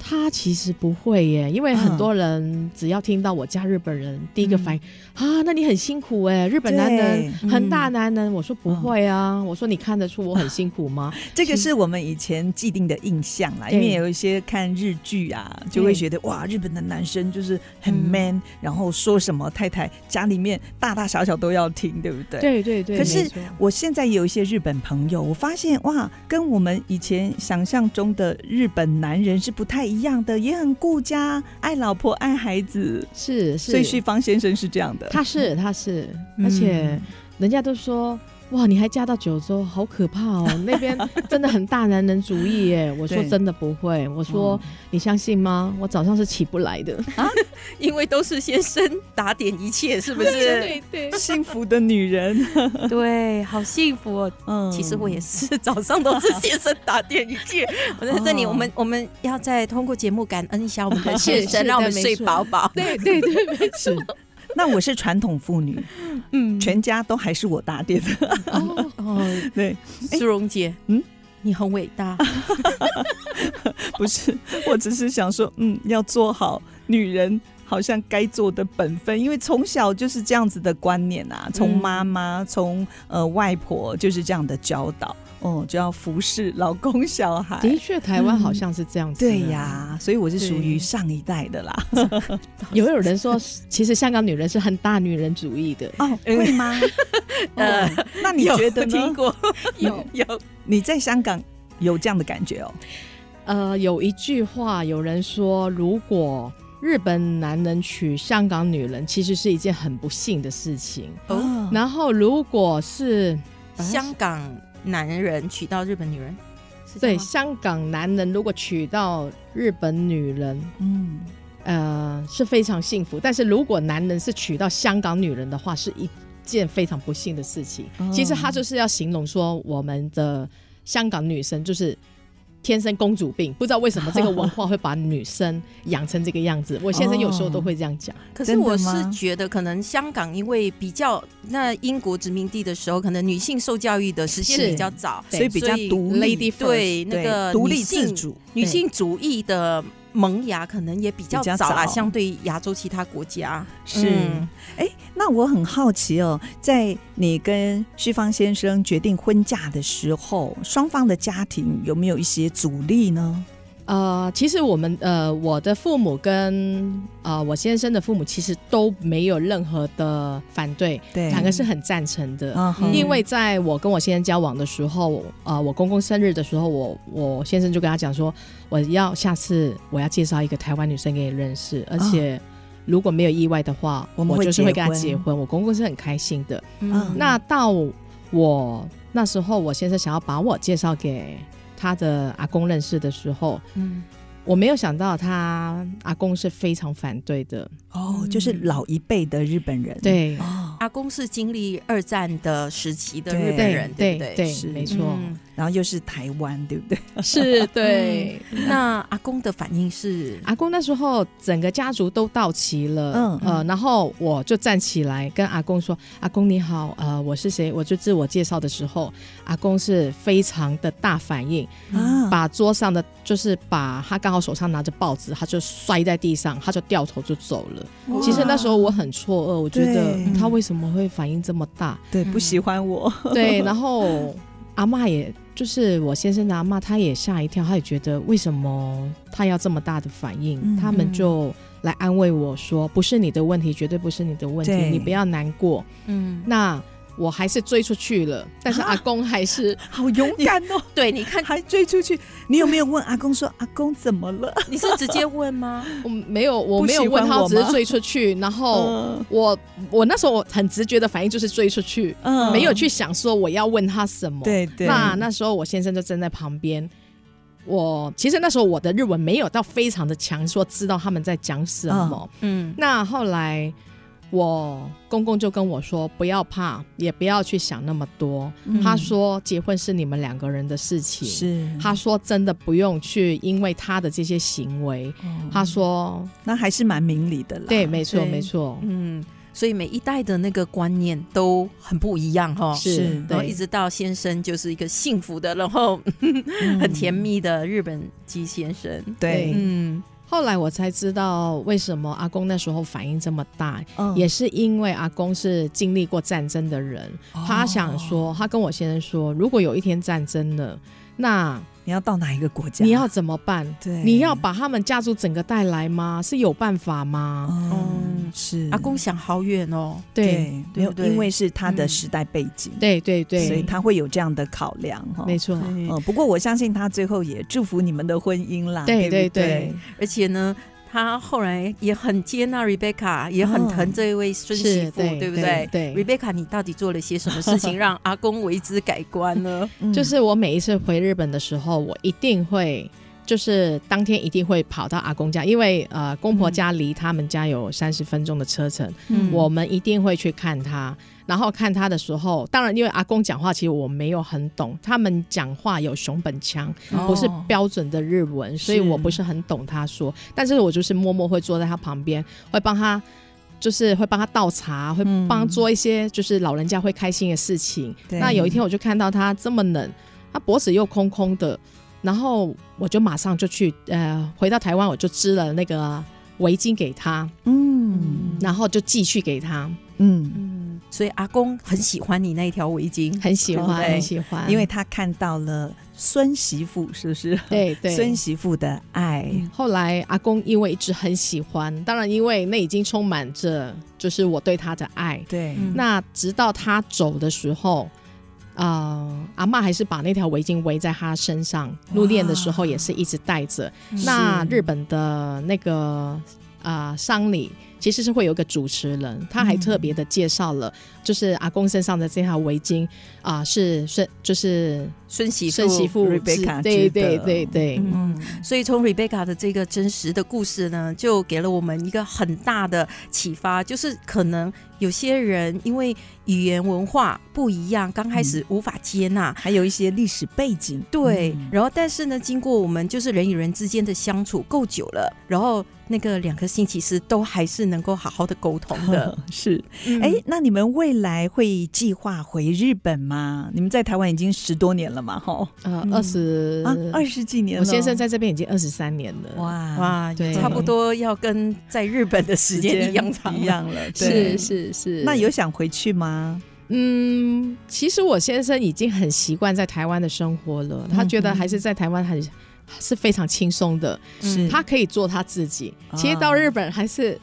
Speaker 5: 他其实不会耶，因为
Speaker 2: 嗯
Speaker 5: 很多人只要听到我嫁日本人，第一个反应啊，那你很辛苦哎，日本男人
Speaker 2: 对嗯
Speaker 5: 很大男人。我说不会啊，我说你看得出我很辛苦吗？
Speaker 2: 这个是我们以前既定的印象啦，因
Speaker 5: 对
Speaker 2: 为有一些看日剧啊，就会觉得哇，日本的男生就是很
Speaker 3: 嗯
Speaker 2: man，、然后说什么太太家里面大大小小都要听，对不 对？。
Speaker 5: 对对对，
Speaker 2: 可是
Speaker 5: 没错
Speaker 2: 我现在也有一些日本朋友，我发现哇，跟我们以前想象中的日本男人是不太一样的，也很顾家，爱老婆，爱孩子。
Speaker 5: 是是，
Speaker 2: 所以旭方先生是这样的，
Speaker 5: 他是他是，
Speaker 3: 嗯
Speaker 5: 而且人家都说。哇，你还嫁到九州，好可怕 哦！那边真的很大男人主义耶。我说
Speaker 2: 对
Speaker 5: 真的不会，我说、你相信吗？我早上是起不来 的，
Speaker 3: 因为都是先生打点一切，是不是？
Speaker 5: 对，
Speaker 2: 幸福的女人。
Speaker 3: 对，好幸福哦。
Speaker 2: 嗯，
Speaker 3: 其实我也是早上都 是先生打点一切。我在这里，
Speaker 2: 哦
Speaker 3: 我们我们要再通过节目感恩一下我们 的
Speaker 5: 是
Speaker 3: 先生，
Speaker 5: 是
Speaker 3: 让我们
Speaker 5: 的没
Speaker 3: 睡
Speaker 5: 错
Speaker 3: 饱饱。
Speaker 5: 对对对，没
Speaker 2: 是。那我是传统妇女，
Speaker 3: 嗯，
Speaker 2: 全家都还是我打点的。
Speaker 5: 哦，
Speaker 3: 哦，
Speaker 2: 对，
Speaker 5: 哎
Speaker 3: 苏荣姐，
Speaker 2: 嗯
Speaker 3: 嗯，你很伟大。
Speaker 5: 啊
Speaker 2: 不是，我只是想说，嗯，要做好女人好像该做的本分，因为从小就是这样子的观念啊，从妈妈、从呃外婆就是这样的教导。哦，就要服侍老公小孩。
Speaker 5: 的确，台湾好像是这样子、
Speaker 2: 对，呀，所以我是属于
Speaker 5: 对
Speaker 2: 上一代的啦。
Speaker 5: 有有人说，其实香港女人是很大女人主义的。
Speaker 2: 哦，会吗？呃，那你觉得呢
Speaker 3: 听？过？有有，
Speaker 2: 你在香港有这样的感觉哦？
Speaker 5: 呃，有一句话，有人说，如果日本男人娶香港女人，其实是一件很不幸的事情。
Speaker 2: 哦，
Speaker 5: 然后，如果是
Speaker 3: 香港男人娶到日本女人，是这
Speaker 5: 对
Speaker 3: 样吗
Speaker 5: 香港男人，如果娶到日本女人，
Speaker 2: 嗯，
Speaker 5: 呃，是非常幸福。但是如果男人是娶到香港女人的话，是一件非常不幸的事情。
Speaker 2: 哦
Speaker 5: 其实他就是要形容说，我们的香港女生就是天生公主病，不知道为什么这个文化会把女生养成这个样子。我先生有时候都会这样讲，
Speaker 3: 可是
Speaker 2: 真的
Speaker 3: 我是
Speaker 2: 吗
Speaker 3: 觉得，可能香港因为比较那英国殖民地的时候，可能女性受教育的时间
Speaker 5: 是
Speaker 3: 比较早，
Speaker 5: 对
Speaker 2: 所以比较独立
Speaker 5: Lady first，
Speaker 3: 对那个
Speaker 2: 独立
Speaker 3: 女性
Speaker 2: 自主，
Speaker 3: 女性主义的萌芽可能也比较
Speaker 2: 比较
Speaker 3: 早啦，
Speaker 2: 早
Speaker 3: 相对于亚洲其他国家。
Speaker 2: 是，
Speaker 3: 嗯
Speaker 2: 哎、那我很好奇哦，在你跟旭芳先生决定婚嫁的时候，双方的家庭有没有一些阻力呢？
Speaker 5: 呃，其实我们呃，我的父母跟呃我先生的父母其实都没有任何的反对，
Speaker 2: 对
Speaker 5: 反而是很赞成的。
Speaker 2: 嗯哼，
Speaker 5: 因为在我跟我先生交往的时候，啊、我公公生日的时候，我我先生就跟他讲说，我要下次我要介绍一个台湾女生给你认识，而且如果没有意外的话，
Speaker 2: 啊我们会
Speaker 5: 就是会跟他
Speaker 2: 结
Speaker 5: 结
Speaker 2: 婚
Speaker 5: 婚。我公公是很开心的。
Speaker 2: 嗯
Speaker 5: 那到我那时候，我先生想要把我介绍给他的阿公认识的时候，
Speaker 3: 嗯，
Speaker 5: 我没有想到他阿公是非常反对的。
Speaker 2: 哦，就是老一辈的日本人，，
Speaker 5: 对，
Speaker 2: 哦，
Speaker 3: 阿公是经历二战的时期的
Speaker 2: 对
Speaker 3: 日本人，
Speaker 5: 对
Speaker 3: 不
Speaker 5: 对
Speaker 3: 对？
Speaker 2: 是
Speaker 5: 没
Speaker 3: 嗯
Speaker 5: 错，
Speaker 2: 然后又是台湾，对不对？
Speaker 5: 是对。
Speaker 3: 那阿公的反应是
Speaker 5: 阿公那时候整个家族都到齐了，
Speaker 2: 嗯
Speaker 5: 嗯呃，然后我就站起来跟阿公说：“阿公你好，呃，我是谁？”我就自我介绍的时候，阿公是非常的大反应，
Speaker 2: 啊，
Speaker 5: 把桌上的就是把他刚好手上拿着报纸，他就摔在地上，他就掉头就走了。
Speaker 2: 哇
Speaker 5: 其实那时候我很错愕，我觉得
Speaker 2: 对
Speaker 5: 他为什么会反应这么大？
Speaker 2: 对不喜欢我，
Speaker 5: 对，然后阿嬷也就是我先生的阿嬷，她也吓一跳，她也觉得为什么她要这么大的反应？
Speaker 2: 嗯
Speaker 5: 他们就来安慰我说：“不是你的问题，绝对不是你的问题，
Speaker 2: 对
Speaker 5: 你不要难过。
Speaker 3: 嗯”，
Speaker 5: 那我还是追出去了，但是阿公还是
Speaker 2: 好勇敢 哦，
Speaker 3: 对，你看
Speaker 2: 还追出去。你有没有问阿公说阿公怎么了？
Speaker 3: 你是直接问吗？
Speaker 5: 我嗯没有，我
Speaker 2: 不
Speaker 5: 没有
Speaker 2: 喜欢
Speaker 5: 问他，
Speaker 2: 我
Speaker 5: 我只
Speaker 2: 吗
Speaker 5: 是追出去，然后。
Speaker 2: 哦，
Speaker 5: 我我那时候我很直觉的反应就是追出去，
Speaker 2: 嗯
Speaker 5: 没有去想说我要问他什么。
Speaker 2: 对对，
Speaker 5: 那那时候我先生就站在旁边，我其实那时候我的日文没有到非常的强，说知道他们在讲什么。
Speaker 3: 嗯，
Speaker 5: 那后来我公公就跟我说，不要怕，也不要去想那么多。
Speaker 3: 嗯
Speaker 5: 他说结婚是你们两个人的事情。。
Speaker 2: 是
Speaker 5: 他说：“真的不用去，因为他的这些行为。
Speaker 2: 哦
Speaker 5: 他说
Speaker 2: 那还是蛮明理的啦，：“
Speaker 5: 对，没
Speaker 3: 嗯
Speaker 5: 错，
Speaker 3: 啊对
Speaker 5: 没错，
Speaker 3: 嗯，所以每一代的那个观念都很不一样哈、哦。
Speaker 5: 是
Speaker 2: 是
Speaker 3: 然后
Speaker 5: 对
Speaker 3: 一直到先生就是一个幸福的，然后
Speaker 5: 嗯
Speaker 3: 很甜蜜的日本鸡先生。
Speaker 2: 对，
Speaker 3: 嗯，
Speaker 5: 后来我才知道为什么阿公那时候反应这么大，
Speaker 2: 嗯
Speaker 5: 也是因为阿公是经历过战争的人，
Speaker 2: 哦
Speaker 5: 他想说，他跟我先生说，如果有一天战争了，那
Speaker 2: 你要到哪一个国家？
Speaker 5: 你要怎么办？
Speaker 2: 对，
Speaker 5: 你要把他们家族整个带来吗？是有办法吗？
Speaker 2: 嗯是
Speaker 3: 阿公想好远哦。
Speaker 5: 哦对
Speaker 2: 对，没
Speaker 3: 对
Speaker 2: 有，
Speaker 3: 不对
Speaker 2: 因为是他的
Speaker 3: 嗯
Speaker 2: 时代背景，
Speaker 5: 对对
Speaker 2: 所以
Speaker 5: 对，
Speaker 2: 他会有这样的考量哈。
Speaker 5: 没错，
Speaker 3: 对
Speaker 2: 嗯，不过我相信他最后也祝福你们的婚姻啦，
Speaker 5: 对
Speaker 2: 对
Speaker 5: 对
Speaker 2: 不
Speaker 5: 对，
Speaker 3: 而且呢，他后来也很接纳 Rebecca，也很疼这一位孙媳
Speaker 5: 嗯是，
Speaker 3: 妇，
Speaker 5: 对
Speaker 3: 对不对
Speaker 5: 对。
Speaker 3: ？Rebecca，你到底做了些什么事 情让阿公为之改观呢？
Speaker 2: 嗯
Speaker 5: 就是我每一次回日本的时候，我一定会。就是当天一定会跑到阿公家，因为呃公婆家离他们家有三十分钟的车程，
Speaker 3: 嗯
Speaker 5: 我们一定会去看他。然后看他的时候，当然因为阿公讲话，其实我没有很懂，他们讲话有熊本腔，
Speaker 3: 哦
Speaker 5: 不是标准的日文，所以我不是很懂他说。但是我就是默默会坐在他旁边，会帮他。就是会帮他倒茶，会帮他做一些就是老人家会开心的事情。
Speaker 2: 对
Speaker 5: 那有一天我就看到他这么冷，他脖子又空空的，然后我就马上就去呃回到台湾，我就织了那个围巾给他，
Speaker 2: 嗯
Speaker 5: 然后就寄去给他。
Speaker 2: 嗯，
Speaker 3: 嗯，所以阿公很喜欢你那一条围巾。
Speaker 5: 很喜
Speaker 2: 哦
Speaker 5: 欢，
Speaker 2: 对
Speaker 5: 很喜欢，
Speaker 2: 嗯因为他看到了孙媳妇，是不是？
Speaker 5: 对对嗯
Speaker 2: 孙媳妇的爱，
Speaker 5: 后来阿公因为一直很喜欢，当然因为那已经充满着就是我对他的爱。
Speaker 2: 对，
Speaker 3: 嗯
Speaker 5: 那直到他走的时候，呃，阿嬷还是把那条围巾围在他身上，入殓的时候也是一直戴着。
Speaker 2: 嗯
Speaker 5: 那日本的那个啊丧礼。其实是会有一个主持人，他还特别的介绍了，
Speaker 2: 嗯
Speaker 5: 就是阿公身上的这条围巾啊、是孙，就是
Speaker 3: 孙媳妇，
Speaker 5: 孙媳妇织，
Speaker 2: Rebecca
Speaker 5: 对
Speaker 2: 织
Speaker 5: 对
Speaker 2: 的
Speaker 5: 对对，
Speaker 2: 嗯，
Speaker 3: 所以从 Rebecca 的这个真实的故事呢，就给了我们一个很大的启发，就是可能有些人因为语言文化不一样，刚开
Speaker 5: 嗯
Speaker 3: 始无法接纳。
Speaker 2: 还有一些历史背景，
Speaker 3: 对
Speaker 2: 嗯，
Speaker 3: 然后但是呢，经过我们就是人与人之间的相处够久了，然后那个两颗心其实都还是能够好好的沟通 的。
Speaker 2: 是。
Speaker 3: 嗯
Speaker 2: 哎，那你们未来会计划回日本吗？你们在台湾已经十多年了嘛，吼
Speaker 5: 呃，二十
Speaker 2: 啊，二十几年了。
Speaker 5: 我先生在这边已经二十三年了，哇，
Speaker 2: 哇
Speaker 3: 哇，
Speaker 5: 啊对
Speaker 3: 差不多要跟在日本的时间一样长
Speaker 2: 一。样 了，对
Speaker 7: 是。是是，
Speaker 2: 那有想回去吗？
Speaker 5: 嗯，其实我先生已经很习惯在台湾的生活了，他觉得还是在台湾很是非常轻松的，
Speaker 2: 是
Speaker 5: 他可以做他自己。
Speaker 2: 啊
Speaker 5: 其实到日本还是，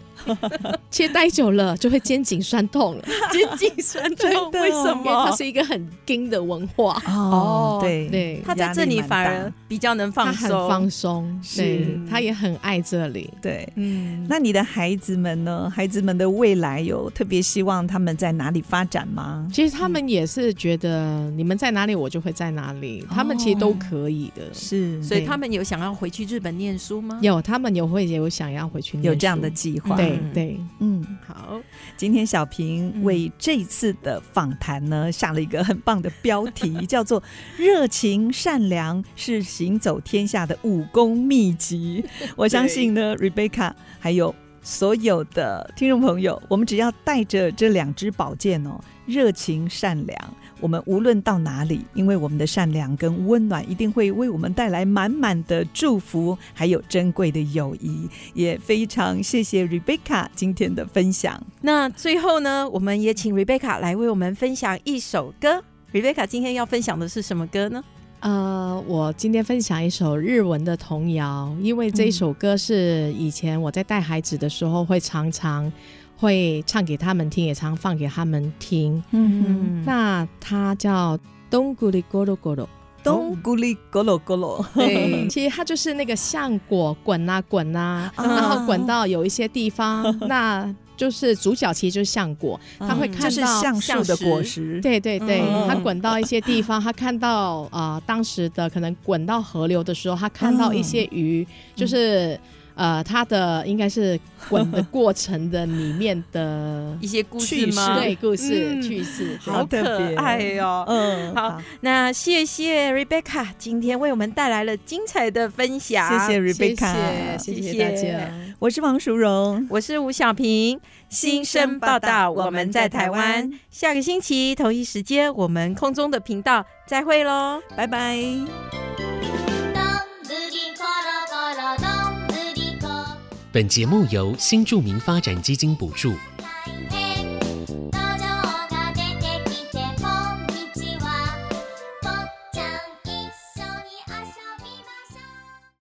Speaker 5: 其实待久了就会肩颈酸痛了，
Speaker 3: 肩颈酸痛，为什
Speaker 5: 因为它
Speaker 3: 么？
Speaker 5: 是一个很硬的文化，
Speaker 2: 啊哦
Speaker 3: 哦，
Speaker 2: 对
Speaker 5: 对
Speaker 3: 他在这里反而比较能
Speaker 5: 他
Speaker 3: 放
Speaker 5: 很
Speaker 3: 松。
Speaker 5: 放松，
Speaker 2: 是
Speaker 5: 对，他也很爱这里。
Speaker 2: 对。
Speaker 3: 嗯，
Speaker 2: 那你的孩子们呢？孩子们的未来有特别希望他们在哪里发展吗？
Speaker 5: 其实他们也是觉得你们在哪里，我就会在哪里，他们其实都可以的。
Speaker 2: 是
Speaker 3: 所以他们有想要回去日本念书吗？
Speaker 5: 有，他们有会有想要回去念
Speaker 2: 有这样
Speaker 5: 书
Speaker 2: 的计划。
Speaker 5: 对
Speaker 3: 嗯
Speaker 5: 对，
Speaker 2: 嗯，
Speaker 3: 好，
Speaker 2: 今天小平为这次的访谈呢下了一个很棒的标题，叫做“热情善良是行走天下的武功秘籍”。我相信呢，Rebecca 还有所有的听众朋友，我们只要带着这两支宝剑哦，热情善良，我们无论到哪里，因为我们的善良跟温暖一定会为我们带来满满的祝福，还有珍贵的友谊。也非常谢谢 Rebecca 今天的分享。
Speaker 3: 那最后呢，我们也请 Rebecca 来为我们分享一首歌。Rebecca 今天要分享的是什么歌呢？
Speaker 5: 呃，我今天分享一首日文的童谣，因为这一首歌是以前我在带孩子的时候会常常会唱给他们听，也常放给他们听。
Speaker 2: 嗯，
Speaker 5: 那它叫《东古里咕噜咕噜》。
Speaker 2: 咚咕哩咕噜咕噜，
Speaker 5: 对， 其实它就是那个橡果滚啊滚啊，
Speaker 2: 啊
Speaker 5: 然后滚到有一些地方，那就是主角其实就是橡果，他会
Speaker 3: 嗯
Speaker 5: 看
Speaker 2: 啊就
Speaker 5: 到
Speaker 2: 是橡树的果实。
Speaker 5: 对对对，
Speaker 3: 嗯
Speaker 5: 他滚到一些地方，他看到啊、呃当时的可能滚到河流的时候，他看到一
Speaker 3: 嗯
Speaker 5: 些鱼，就是呃，他的应该是滚 的过程的里面的
Speaker 3: 一些故
Speaker 2: 趣
Speaker 3: 事
Speaker 2: 事
Speaker 3: 吗？
Speaker 5: 对故事、
Speaker 3: 嗯
Speaker 5: 趣事。
Speaker 2: 好
Speaker 3: 好
Speaker 2: 特别
Speaker 3: 可爱哦。
Speaker 2: 嗯
Speaker 3: 好那谢谢 Rebecca 今天为我们带来了精彩的分享，
Speaker 2: 谢谢
Speaker 5: 谢
Speaker 2: Rebecca，
Speaker 5: 谢谢
Speaker 3: 谢
Speaker 5: 谢
Speaker 3: 谢
Speaker 5: 大家。
Speaker 2: 我是王淑荣，
Speaker 3: 我是吴小平，新生报道，我们在台湾，下个星期同一时间，我们空中的频道再会喽。
Speaker 2: 拜拜。
Speaker 8: 本节目由新住民发展基金补助。